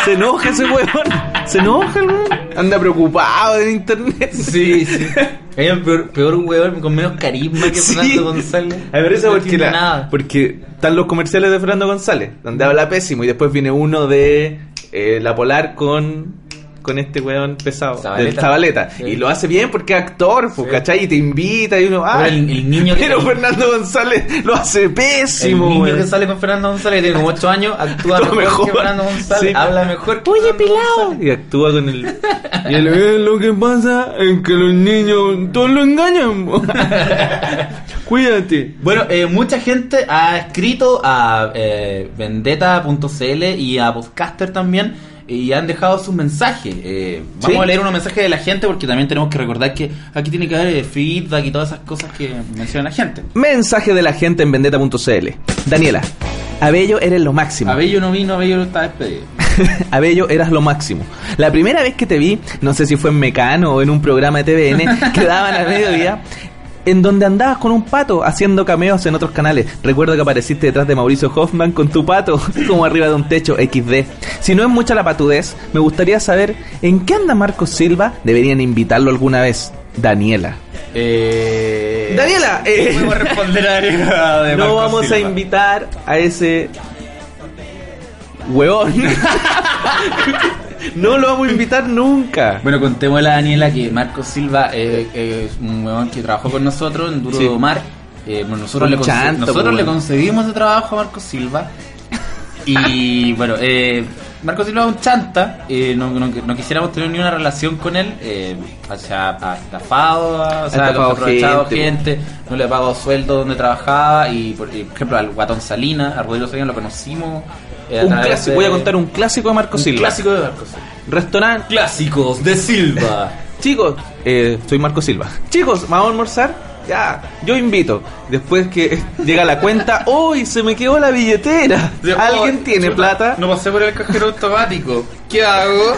[SPEAKER 4] se enoja ese huevón. Se enoja el huevón. Anda preocupado en internet.
[SPEAKER 3] Sí, sí. Es el peor, peor huevón con menos carisma que
[SPEAKER 4] Sí.
[SPEAKER 3] Fernando González.
[SPEAKER 4] A ver, eso
[SPEAKER 3] No
[SPEAKER 4] porque,
[SPEAKER 3] tiene
[SPEAKER 4] la-
[SPEAKER 3] nada.
[SPEAKER 4] porque están los comerciales de Fernando González, donde habla pésimo, y después viene uno de eh, La Polar con, con este weón pesado,
[SPEAKER 3] Zabaleta.
[SPEAKER 4] del Zabaleta.
[SPEAKER 3] Sí.
[SPEAKER 4] Y lo hace bien porque es actor, pues, ¿cachai? Y te invita y uno, ah,
[SPEAKER 3] Pero el- el niño que-
[SPEAKER 4] pero Fernando González lo hace
[SPEAKER 3] el
[SPEAKER 4] pésimo,
[SPEAKER 3] niño
[SPEAKER 4] weón.
[SPEAKER 3] que sale con Fernando González, que tiene como 8 años, actúa mejor,
[SPEAKER 4] Actúa
[SPEAKER 3] que
[SPEAKER 4] mejor.
[SPEAKER 3] Fernando González,
[SPEAKER 4] Sí.
[SPEAKER 3] habla mejor que
[SPEAKER 4] Oye,
[SPEAKER 3] Fernando
[SPEAKER 4] pelado.
[SPEAKER 3] González.
[SPEAKER 4] Y actúa con el. Y el, "Eh, lo que pasa es que los niños todos lo engañan. po". Cuídate.
[SPEAKER 3] Bueno, eh, mucha gente ha escrito a eh, vendetta.cl y a Podcaster también y han dejado sus mensajes. Eh, vamos
[SPEAKER 4] Sí.
[SPEAKER 3] a leer unos mensajes de la gente porque también tenemos que recordar que aquí tiene que haber eh, feedback y todas esas cosas que menciona la gente.
[SPEAKER 4] Mensaje de la gente en vendetta.cl. Daniela, Abello eres lo máximo.
[SPEAKER 3] Abello no vino, Abello no está despedido.
[SPEAKER 4] Abello eras lo máximo. La primera vez que te vi, no sé si fue en Mecano o en un programa de TVN que daban al mediodía. En donde andabas con un pato haciendo cameos en otros canales. Recuerdo que apareciste detrás de Mauricio Hoffman con tu pato, como arriba de un techo XD. Si no es mucha la patudez, me gustaría saber en qué anda Marcos Silva. Deberían invitarlo alguna vez. Daniela.
[SPEAKER 3] Eh, Eh,
[SPEAKER 4] Daniela, eh,
[SPEAKER 3] Podemos responder a Daniela de
[SPEAKER 4] no
[SPEAKER 3] Marco
[SPEAKER 4] vamos
[SPEAKER 3] Silva.
[SPEAKER 4] a invitar a ese huevón. no lo vamos a invitar nunca.
[SPEAKER 3] Bueno, contemos a la Daniela que Marco Silva eh, eh, es un huevón que trabajó con nosotros en Duro
[SPEAKER 4] Sí.
[SPEAKER 3] de Mar. Eh, bueno, nosotros
[SPEAKER 4] Un
[SPEAKER 3] le, conce-
[SPEAKER 4] chanto,
[SPEAKER 3] nosotros
[SPEAKER 4] pues,
[SPEAKER 3] le
[SPEAKER 4] bueno.
[SPEAKER 3] concedimos ese trabajo a Marco Silva. Y bueno, eh, Marco Silva es un chanta. eh, no, no- no quisiéramos tener ni una relación con él. Eh, o sea, ha estafado, ha- o sea,
[SPEAKER 4] Ha estafado
[SPEAKER 3] ha aprovechado
[SPEAKER 4] gente,
[SPEAKER 3] gente, no le ha pagado sueldo donde trabajaba. Y por, y, por ejemplo, al Guatón Salina, a Rodrigo Salina lo conocimos. eh, a
[SPEAKER 4] Un
[SPEAKER 3] través
[SPEAKER 4] clásico,
[SPEAKER 3] de-
[SPEAKER 4] voy a contar un clásico de Marco
[SPEAKER 3] un
[SPEAKER 4] Silva.
[SPEAKER 3] clásico de Marco Silva.
[SPEAKER 4] Restaurante
[SPEAKER 3] Clásicos de Silva.
[SPEAKER 4] Chicos, eh, soy Marco Silva. Chicos, ¿vamos a almorzar? Ya, yo invito. Después que llega la cuenta, ¡Uy! se me quedó la billetera.
[SPEAKER 3] De-
[SPEAKER 4] ¿Alguien
[SPEAKER 3] oh,
[SPEAKER 4] tiene
[SPEAKER 3] chuta,
[SPEAKER 4] plata?
[SPEAKER 3] No pasé por el cajero automático. ¿Qué hago?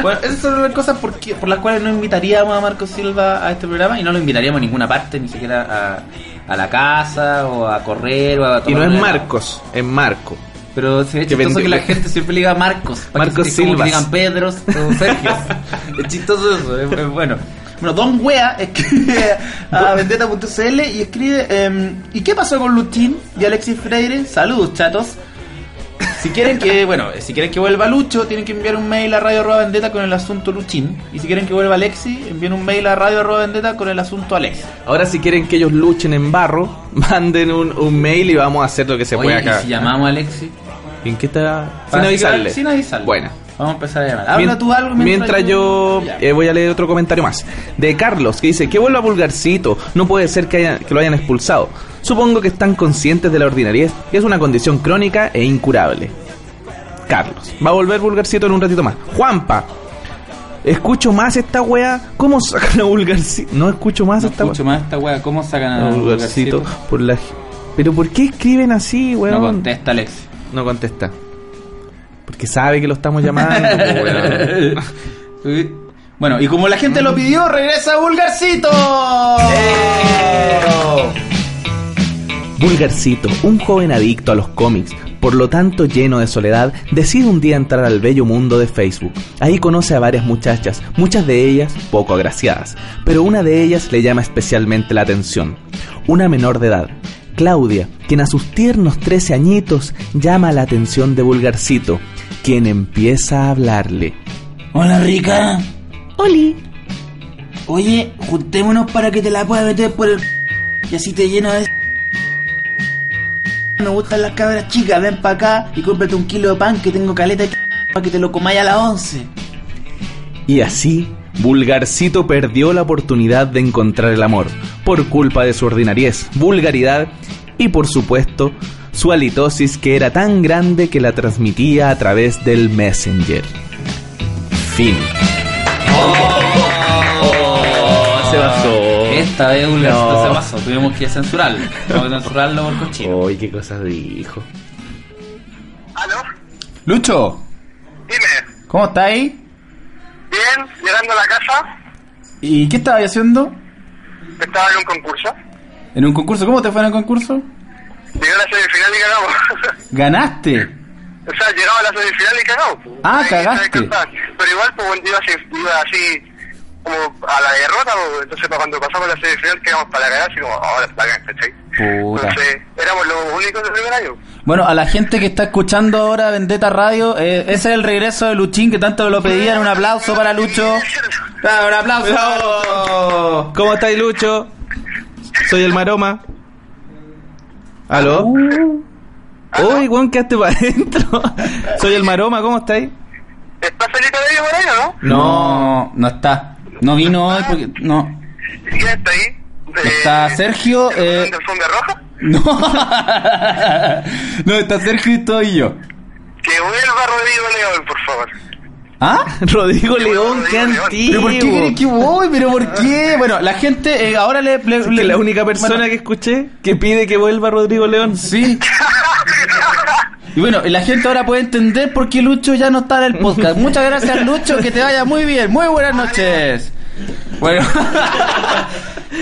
[SPEAKER 3] Bueno, esas son las cosas por, que- por las cuales no invitaríamos a Marco Silva a este programa y no lo invitaríamos a ninguna parte, ni siquiera a, a la casa o a correr o a
[SPEAKER 4] Y
[SPEAKER 3] tomar
[SPEAKER 4] no es
[SPEAKER 3] una-
[SPEAKER 4] Marcos, es Marco.
[SPEAKER 3] Pero se ve
[SPEAKER 4] Que
[SPEAKER 3] chistoso
[SPEAKER 4] vende-
[SPEAKER 3] que la gente siempre le diga Marcos. para que
[SPEAKER 4] Marcos
[SPEAKER 3] se- como que
[SPEAKER 4] Silvas.
[SPEAKER 3] digan Pedros o Sergios. es chistoso eso, es, es bueno. Bueno, Don Wea escribe a vendetta.cl y escribe: em, ¿Y qué pasó con Luchín y Alexis Freire? Saludos, chatos. Si quieren que, bueno, eh, si quieren que vuelva Lucho, tienen que enviar un mail a Radio Arroba Vendetta con el asunto Luchín. Y si quieren que vuelva Alexi, envíen un mail a Radio Arroba Vendetta con el asunto Alexi.
[SPEAKER 4] Ahora si quieren que ellos luchen en barro, manden un, un mail y vamos a hacer lo que se
[SPEAKER 3] Oye,
[SPEAKER 4] pueda
[SPEAKER 3] ¿y
[SPEAKER 4] acá.
[SPEAKER 3] si llamamos a Alexi?
[SPEAKER 4] ¿En qué está? Sin
[SPEAKER 3] Para
[SPEAKER 4] avisarle.
[SPEAKER 3] llegar- Sin avisarle.
[SPEAKER 4] Buena.
[SPEAKER 3] Vamos a empezar a llamar. Habla
[SPEAKER 4] Mien-
[SPEAKER 3] tú algo
[SPEAKER 4] mientras yo
[SPEAKER 3] Ya.
[SPEAKER 4] eh, voy a leer otro comentario más de Carlos que dice que vuelva vulgarcito no puede ser que, haya- que lo hayan expulsado supongo que están conscientes de la ordinariedad que es una condición crónica e incurable Carlos va a volver vulgarcito en un ratito más Juanpa escucho más esta wea cómo sacan a vulgarcito no escucho más
[SPEAKER 3] No
[SPEAKER 4] esta
[SPEAKER 3] escucho más esta wea. ¿Cómo sacan
[SPEAKER 4] wea
[SPEAKER 3] a
[SPEAKER 4] A vulgarcito
[SPEAKER 3] Vulgarcito?
[SPEAKER 4] por la pero por qué escriben así
[SPEAKER 3] No
[SPEAKER 4] weón
[SPEAKER 3] contesta Alexi.
[SPEAKER 4] no contesta porque sabe que lo estamos llamando po, weón.
[SPEAKER 3] bueno, y como la gente
[SPEAKER 5] Mm.
[SPEAKER 3] lo pidió, regresa Vulgarcito.
[SPEAKER 4] Vulgarcito, un joven adicto a los cómics, por lo tanto lleno de soledad, decide un día entrar al bello mundo de Facebook. Ahí conoce a varias muchachas, muchas de ellas poco agraciadas, pero una de ellas le llama especialmente la atención, una menor de edad. Claudia, quien a sus tiernos 13 añitos llama la atención de Vulgarcito, quien empieza a hablarle.
[SPEAKER 5] Hola rica. Oli. Oye, juntémonos para que te la pueda meter por el... Y así te lleno de... Me gustan las cabras chicas, ven para acá y cómprate un kilo de pan que tengo caleta de... Para que te lo comáis a las 11.
[SPEAKER 4] Y así, Vulgarcito perdió la oportunidad de encontrar el amor, por culpa de su ordinariez, vulgaridad y por supuesto, su halitosis que era tan grande que la transmitía a través del Messenger. Fin. Oh, se basó.
[SPEAKER 3] Esta vez Vulgarcito
[SPEAKER 4] No.
[SPEAKER 3] se pasó. Tuvimos que censurarlo. Tuvimos que censurarlo por cochino.
[SPEAKER 4] Uy, qué cosas dijo.
[SPEAKER 6] ¿Aló?
[SPEAKER 3] Lucho,
[SPEAKER 6] Dime.
[SPEAKER 3] ¿cómo estás ahí?
[SPEAKER 6] Bien, llegando a la casa,
[SPEAKER 3] ¿Y qué estabas haciendo?
[SPEAKER 6] estaba en un concurso.
[SPEAKER 3] ¿En un concurso? ¿Cómo te fue en el concurso?
[SPEAKER 6] Llegué a la semifinal y cagamos.
[SPEAKER 3] ¿Ganaste?
[SPEAKER 6] o sea, llegaba a la semifinal y cagamos.
[SPEAKER 3] Ah,
[SPEAKER 6] Ahí está
[SPEAKER 3] cagaste.
[SPEAKER 6] descansada. Pero igual, pues, buen día así- iba así como a la derrota, pues, entonces pues, cuando pasamos la semifinal quedamos para la cagada, así como, ahora está acá, ¿cachai?
[SPEAKER 3] Puta.
[SPEAKER 6] Entonces, éramos los únicos del primer año.
[SPEAKER 3] Bueno, a la gente que está escuchando ahora Vendetta Radio, eh, ese es el regreso de Luchín que tanto lo pedían. Un aplauso para Lucho. Ah, Un aplauso. para Lucho.
[SPEAKER 4] ¿Cómo estáis, Lucho? Soy el Maroma. ¿Aló?
[SPEAKER 3] Ah.
[SPEAKER 4] Uy, Juan, quedaste para adentro. Soy el Maroma, ¿cómo estáis?
[SPEAKER 6] ¿Está Felipe Bello por ahí o no?
[SPEAKER 3] No, no está. No vino hoy porque. No.
[SPEAKER 6] ¿Quién está ahí? Eh,
[SPEAKER 3] Está Sergio,
[SPEAKER 6] ¿El
[SPEAKER 3] eh,
[SPEAKER 6] del fondo rojo?
[SPEAKER 3] No. No, está Sergio y estoy yo.
[SPEAKER 6] Que vuelva Rodrigo León, por favor.
[SPEAKER 3] ¿Ah?
[SPEAKER 4] Rodrigo León, qué
[SPEAKER 6] Rodrigo León.
[SPEAKER 4] antiguo.
[SPEAKER 3] ¿Pero por qué crees que voy? ¿Pero por qué? Bueno, la gente eh, ahora le. le-
[SPEAKER 4] Es que
[SPEAKER 3] le-
[SPEAKER 4] la única persona
[SPEAKER 3] bueno,
[SPEAKER 4] que escuché que pide que vuelva Rodrigo León.
[SPEAKER 3] Sí. Y bueno, la gente ahora puede entender por qué Lucho ya no está en el podcast. Muchas gracias, Lucho, que te vaya muy bien. Muy buenas noches. Bueno,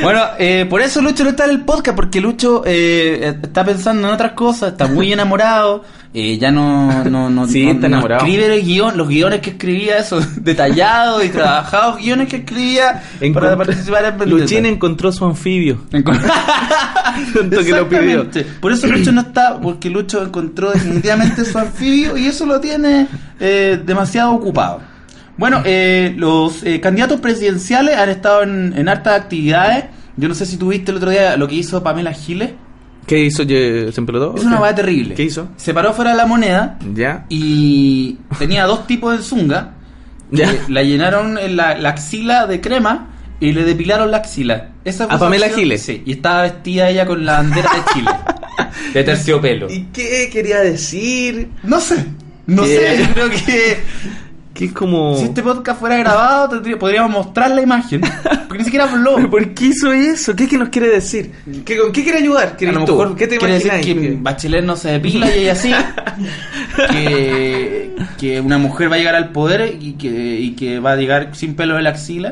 [SPEAKER 3] Bueno, eh, por eso Lucho no está en el podcast, porque Lucho eh, está pensando en otras cosas, está muy enamorado, eh, ya no, no, no,
[SPEAKER 4] Sí,
[SPEAKER 3] no-
[SPEAKER 4] está
[SPEAKER 3] no
[SPEAKER 4] enamorado.
[SPEAKER 3] escribe el guión, los guiones que escribía, esos detallados y trabajados guiones que escribía para
[SPEAKER 4] Encont-
[SPEAKER 3] participar en Vendetta.
[SPEAKER 4] Luchín encontró su anfibio. Tanto que lo pidió.
[SPEAKER 3] Exactamente. Por eso Lucho no está, porque Lucho encontró definitivamente su anfibio y eso lo tiene eh, demasiado ocupado. Bueno, eh, los eh, candidatos presidenciales han estado en, en hartas actividades. Yo no sé si tuviste el otro día lo que hizo Pamela Giles.
[SPEAKER 4] ¿Qué hizo? ¿Ye- ¿Se emplotó?
[SPEAKER 3] Es una
[SPEAKER 4] ¿Qué?
[SPEAKER 3] hueá terrible.
[SPEAKER 4] ¿Qué hizo?
[SPEAKER 3] Se paró fuera de la moneda
[SPEAKER 4] Ya.
[SPEAKER 3] y tenía dos tipos de zunga. que
[SPEAKER 4] Ya.
[SPEAKER 3] La llenaron en la, la axila de crema y le depilaron la axila. Esa
[SPEAKER 4] ¿A
[SPEAKER 3] fue su
[SPEAKER 4] Pamela
[SPEAKER 3] acción-
[SPEAKER 4] Giles?
[SPEAKER 3] Sí, y estaba vestida ella con la bandera de Chile. de terciopelo.
[SPEAKER 4] ¿Y qué quería decir?
[SPEAKER 3] No sé. No
[SPEAKER 4] ¿Qué?
[SPEAKER 3] sé, yo creo que
[SPEAKER 4] Que es como.
[SPEAKER 3] si este podcast fuera grabado tendría- podríamos mostrar la imagen. Porque ni siquiera habló.
[SPEAKER 4] ¿Pero ¿Por qué hizo eso? ¿Qué es que nos quiere decir? ¿Qué, ¿Con qué quiere ayudar?
[SPEAKER 3] A
[SPEAKER 4] ¿Crees
[SPEAKER 3] lo
[SPEAKER 4] tú?
[SPEAKER 3] mejor
[SPEAKER 4] ¿Qué te
[SPEAKER 3] quiere decir
[SPEAKER 4] imagináis?
[SPEAKER 3] que Bachelet no se depila y ella sí. que, que una mujer va a llegar al poder y que, y que va a llegar sin pelo de la axila.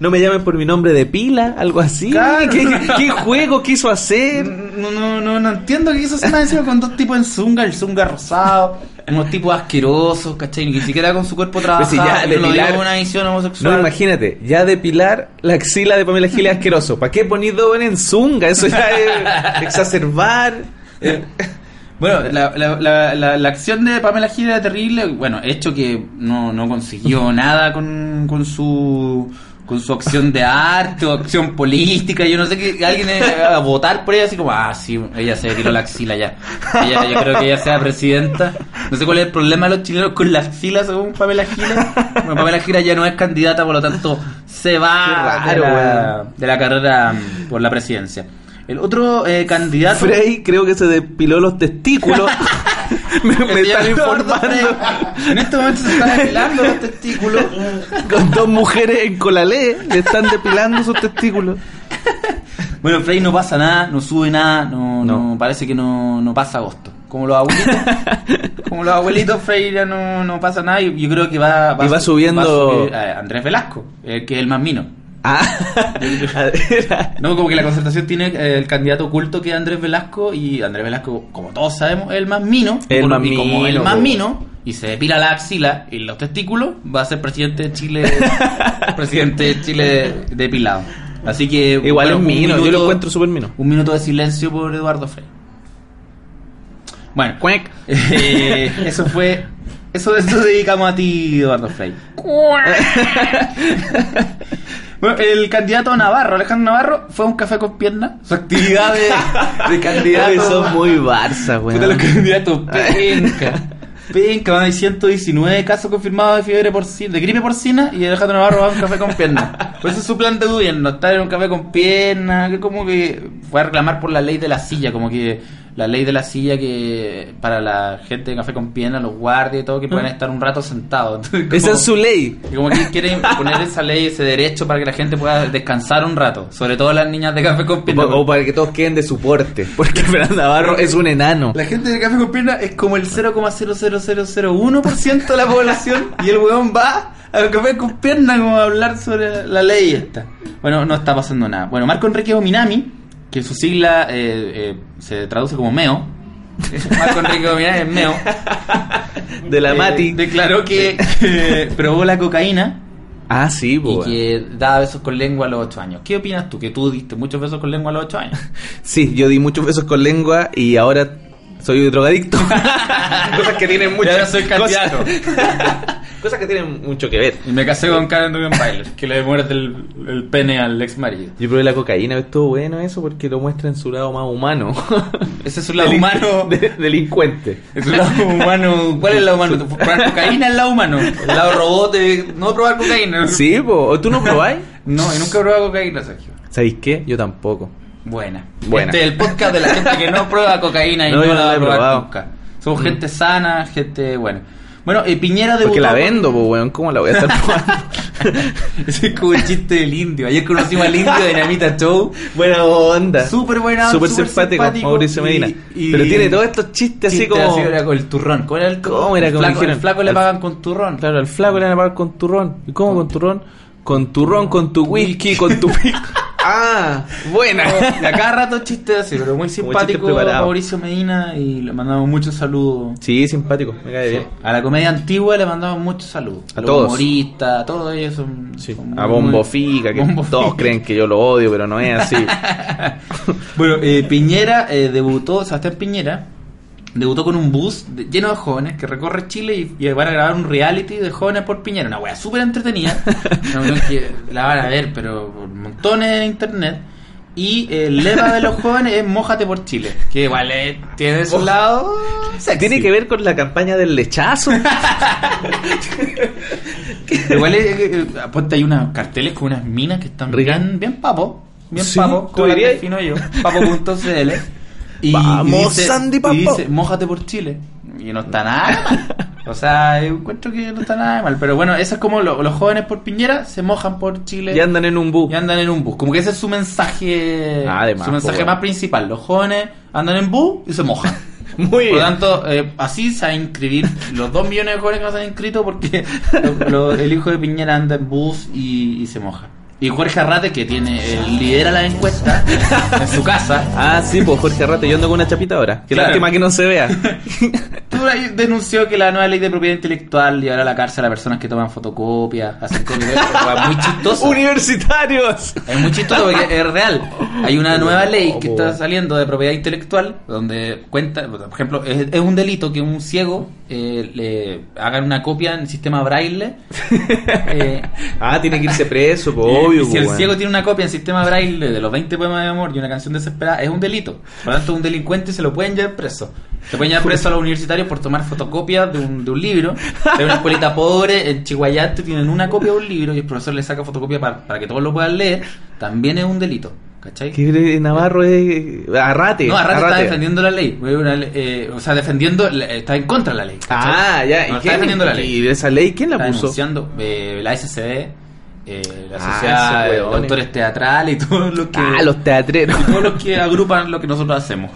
[SPEAKER 4] No me llamen por mi nombre de pila, algo así.
[SPEAKER 3] Claro. Mm,
[SPEAKER 4] ¿Qué, qué juego quiso hacer?
[SPEAKER 3] No, no, no, no entiendo que eso se me encima con dos tipos en zunga, el zunga rosado, unos tipos asquerosos, ¿cachai? Ni siquiera con su cuerpo trabajado,
[SPEAKER 4] si ya
[SPEAKER 3] yo no lo digo
[SPEAKER 4] depilar-
[SPEAKER 3] con una visión homosexual.
[SPEAKER 4] No, imagínate, ya depilar la axila de Pamela Giles es asqueroso. ¿Para qué poner doble en zunga? Eso ya es exacerbar.
[SPEAKER 3] Bueno, la, la, la, la, la acción de Pamela Giles era terrible, bueno, hecho que no, no consiguió nada con, con su con su acción de arte o acción política, yo no sé que alguien eh, a votar por ella así como, ah, sí, ella se tiró la axila ya. Ella- yo creo que ella sea presidenta. No sé cuál es el problema de los chilenos con la axila según Pamela Giles. Bueno, Pamela Giles ya no es candidata, por lo tanto se va
[SPEAKER 4] Qué raro,
[SPEAKER 3] de, la,
[SPEAKER 4] weón.
[SPEAKER 3] de la carrera mm, por la presidencia. El otro eh, candidato
[SPEAKER 4] Frey creo que se depiló los testículos. me me
[SPEAKER 3] Estoy
[SPEAKER 4] están
[SPEAKER 3] hablando,
[SPEAKER 4] informando
[SPEAKER 3] Fred. En este momento se están depilando los testículos.
[SPEAKER 4] con dos mujeres en Colalé le están depilando sus testículos.
[SPEAKER 3] Bueno, Frey no pasa nada, no sube nada, no, no.
[SPEAKER 4] No.
[SPEAKER 3] parece que no, no pasa agosto. Como los abuelitos, como los abuelitos Frey ya no, no pasa nada y yo creo que va,
[SPEAKER 4] Y va
[SPEAKER 3] su-
[SPEAKER 4] subiendo-
[SPEAKER 3] va a subir, eh, Andrés Velasco, eh, que es el más mino.
[SPEAKER 4] Ah, a ver,
[SPEAKER 3] No, como que la concertación tiene eh, el candidato oculto que es Andrés Velasco y Andrés Velasco, como todos sabemos, es el más mino.
[SPEAKER 4] El
[SPEAKER 3] Bueno,
[SPEAKER 4] más
[SPEAKER 3] y como el
[SPEAKER 4] mino,
[SPEAKER 3] más
[SPEAKER 4] po.
[SPEAKER 3] mino y se depila la axila y los testículos, va a ser presidente de Chile, presidente de Chile depilado. Así que
[SPEAKER 4] Igual
[SPEAKER 3] bueno,
[SPEAKER 4] es
[SPEAKER 3] un
[SPEAKER 4] mino, yo lo
[SPEAKER 3] minuto-
[SPEAKER 4] encuentro súper mino.
[SPEAKER 3] Un minuto de silencio por Eduardo Frey. Bueno,
[SPEAKER 4] Cuec.
[SPEAKER 3] eh, eso fue, eso de eso dedicamos a ti, Eduardo Frey. Bueno, el candidato Navarro, Alejandro Navarro, fue a un café con piernas. Su actividad de, de
[SPEAKER 4] Ay,
[SPEAKER 3] candidato.
[SPEAKER 4] son muy barza, weón.
[SPEAKER 3] Puta, los candidatos, penca. Penca, van, hay 119 casos confirmados de fiebre porcina, de gripe porcina y Alejandro Navarro va a un café con piernas. Por eso es su plan de gobierno, estar en un café con piernas, que como que fue a reclamar por la ley de la silla, como que la ley de la silla que para la gente de café con piernas, los guardias y todo, que puedan estar un rato sentados. Entonces,
[SPEAKER 4] Mm. Esa
[SPEAKER 3] como-
[SPEAKER 4] es su ley.
[SPEAKER 3] y como que quieren poner esa ley, ese derecho para que la gente pueda descansar un rato. Sobre todo las niñas de café con
[SPEAKER 4] O,
[SPEAKER 3] pierna.
[SPEAKER 4] o para que todos queden de su porte. Porque Fernando Navarro es un enano.
[SPEAKER 3] La gente de café con pierna es como el 0,00001% de la población y el weón va al café con pierna como a hablar sobre la ley esta. Bueno, no está pasando nada. Bueno, Marco Enrique Ominami, que su sigla eh, eh, se traduce como MEO. Marco Enrique Ominami es MEO.
[SPEAKER 4] De la
[SPEAKER 3] eh,
[SPEAKER 4] Mati.
[SPEAKER 3] Declaró que eh, probó la cocaína
[SPEAKER 4] Ah, sí,
[SPEAKER 3] y
[SPEAKER 4] pues.
[SPEAKER 3] que da besos con lengua a los 8 años. ¿Qué opinas tú? Que tú diste muchos besos con lengua a los 8 años.
[SPEAKER 4] Sí, yo di muchos besos con lengua y ahora soy drogadicto. cosas que tienen mucho.
[SPEAKER 3] Y ahora soy candidato.
[SPEAKER 4] Cosas, cosas que tienen mucho que ver.
[SPEAKER 3] Y me casé con Karen Dugan Bailer, que le muerde el, el pene al ex marido.
[SPEAKER 4] Yo probé la cocaína, estuvo bueno eso porque lo muestra en su lado más humano.
[SPEAKER 3] Ese es un lado
[SPEAKER 4] Delin-
[SPEAKER 3] humano.
[SPEAKER 4] de- delincuente.
[SPEAKER 3] Es un lado humano. ¿Cuál es el lado humano? ¿Probar cocaína es el lado humano? El lado robot de no probar cocaína.
[SPEAKER 4] Sí, pues. ¿Tú no probáis?
[SPEAKER 3] No, y nunca he probado cocaína, Sergio.
[SPEAKER 4] ¿Sabéis qué? Yo tampoco.
[SPEAKER 3] Buena.
[SPEAKER 4] Buena.
[SPEAKER 3] Este es el podcast de la gente que no prueba cocaína y
[SPEAKER 4] No,
[SPEAKER 3] no,
[SPEAKER 4] yo
[SPEAKER 3] la
[SPEAKER 4] no
[SPEAKER 3] va
[SPEAKER 4] la
[SPEAKER 3] a
[SPEAKER 4] he
[SPEAKER 3] probar
[SPEAKER 4] probado. Mm.
[SPEAKER 3] nunca. Somos gente sana, gente buena. Bueno, eh, Piñera debutó...
[SPEAKER 4] Porque la
[SPEAKER 3] con-
[SPEAKER 4] vendo, pues, weón. ¿Cómo la voy a estar probando?
[SPEAKER 3] Ese es como el chiste del indio. Ayer conocimos al indio de Namita Show.
[SPEAKER 4] Buena onda.
[SPEAKER 3] Súper buena,
[SPEAKER 4] Súper
[SPEAKER 3] súper
[SPEAKER 4] simpático,
[SPEAKER 3] simpático
[SPEAKER 4] Mauricio
[SPEAKER 3] y-
[SPEAKER 4] Medina.
[SPEAKER 3] y-
[SPEAKER 4] Pero tiene todos estos chistes así
[SPEAKER 3] Chiste
[SPEAKER 4] como.
[SPEAKER 3] era con el turrón. ¿Cómo era el turrón?
[SPEAKER 4] ¿Cómo era?
[SPEAKER 3] El
[SPEAKER 4] Como
[SPEAKER 3] flaco,
[SPEAKER 4] dijeron.
[SPEAKER 3] el flaco le
[SPEAKER 4] Al-
[SPEAKER 3] pagan con turrón.
[SPEAKER 4] Claro, al flaco le van a pagar con turrón. ¿Y cómo con turrón? Con turrón, con tu whisky, con tu pico. ah, Ah, buena.
[SPEAKER 3] Y a cada rato chistes así, pero muy simpático
[SPEAKER 4] preparado.
[SPEAKER 3] Mauricio Medina y le mandamos muchos saludos.
[SPEAKER 4] Sí, simpático, me cae bien.
[SPEAKER 3] A la comedia antigua le mandamos muchos saludos.
[SPEAKER 4] A
[SPEAKER 3] los
[SPEAKER 4] todos.
[SPEAKER 3] humoristas, a todos ellos son. son muy-
[SPEAKER 4] A Bombo Fica, que
[SPEAKER 3] Bombo
[SPEAKER 4] todos
[SPEAKER 3] Fica.
[SPEAKER 4] creen que yo lo odio, pero no es así.
[SPEAKER 3] Bueno, eh, Piñera eh, debutó, Sebastián Piñera, debutó con un bus de- lleno de jóvenes que recorre Chile y, y van a grabar un reality de jóvenes por Piñera. Una wea súper entretenida. Una cuestión que la van a ver, pero por montones en internet. Y eh, el lema de los jóvenes es Mójate por Chile. Que igual eh, tiene su lado. sexy.
[SPEAKER 4] Tiene que ver con la campaña del lechazo.
[SPEAKER 3] Igual, eh, eh, aponte, hay unos carteles con unas minas que están
[SPEAKER 4] Rica.
[SPEAKER 3] bien, bien papo. Bien
[SPEAKER 4] Sí,
[SPEAKER 3] papo,
[SPEAKER 4] ¿tú
[SPEAKER 3] como las
[SPEAKER 4] dirías?
[SPEAKER 3] defino yo. Papo.cl. Y
[SPEAKER 4] Vamos, Sandy Papo.
[SPEAKER 3] Y dice, mójate por Chile. Y no está nada mal. O sea, yo encuentro que no está nada mal. Pero bueno, eso es como lo- los jóvenes por Piñera se mojan por Chile.
[SPEAKER 4] y andan en un bus.
[SPEAKER 3] y andan en un bus. Como que ese es su mensaje.
[SPEAKER 4] Ah, de más,
[SPEAKER 3] su mensaje
[SPEAKER 4] po,
[SPEAKER 3] más
[SPEAKER 4] bueno.
[SPEAKER 3] principal. Los jóvenes andan en bus y se mojan.
[SPEAKER 4] Muy
[SPEAKER 3] Por
[SPEAKER 4] bien.
[SPEAKER 3] lo tanto, eh, así se van a inscribir los dos millones de jóvenes que no se han inscrito porque lo- lo- el hijo de Piñera anda en bus y, y se moja. Y Jorge Arrate, que tiene eh, lidera la encuesta en su casa,
[SPEAKER 4] Ah, sí, pues Jorge Arrate, yo ando con una chapita ahora. Qué
[SPEAKER 3] Claro.
[SPEAKER 4] lástima que no se vea.
[SPEAKER 3] tú ahí denunció que la nueva ley de propiedad intelectual llevará a la cárcel a personas que toman fotocopias, hacen copias. Es muy chistoso.
[SPEAKER 4] Universitarios.
[SPEAKER 3] Es muy chistoso porque es real. Hay una nueva ley que está saliendo de propiedad intelectual donde cuenta, por ejemplo, es, es un delito que un ciego eh, le hagan una copia en sistema braille. eh,
[SPEAKER 4] Ah, tiene que irse preso, pues, obvio.
[SPEAKER 3] y si
[SPEAKER 4] pues,
[SPEAKER 3] el
[SPEAKER 4] bueno.
[SPEAKER 3] ciego tiene una copia en sistema braille de los 20 poemas de amor y una canción desesperada, es un delito. Por lo tanto, un delincuente se lo pueden llevar preso. Se pueden llevar preso a los universitarios por tomar fotocopias de un, de un libro. Hay una escuelita pobre en Chihuayate, tienen una copia de un libro y el profesor le saca fotocopia para, para que todos lo puedan leer. También es un delito. ¿Cachai?
[SPEAKER 4] Que Navarro es. eh, Arrate.
[SPEAKER 3] No, Arrate, está defendiendo la ley. Fue una le- eh, o sea, defendiendo, la- está en contra de la ley. ¿cachai?
[SPEAKER 4] Ah, ya. ¿Y,
[SPEAKER 3] No, está
[SPEAKER 4] quién-
[SPEAKER 3] defendiendo la ley.
[SPEAKER 4] y de esa ley quién la
[SPEAKER 3] Está
[SPEAKER 4] puso?
[SPEAKER 3] denunciando eh, la SCD, eh, la
[SPEAKER 4] Ah,
[SPEAKER 3] Sociedad
[SPEAKER 4] esos
[SPEAKER 3] de
[SPEAKER 4] hueones.
[SPEAKER 3] Autores Teatrales y todo lo que...
[SPEAKER 4] Ah, los teatreros.
[SPEAKER 3] y todos los que agrupan lo que nosotros hacemos.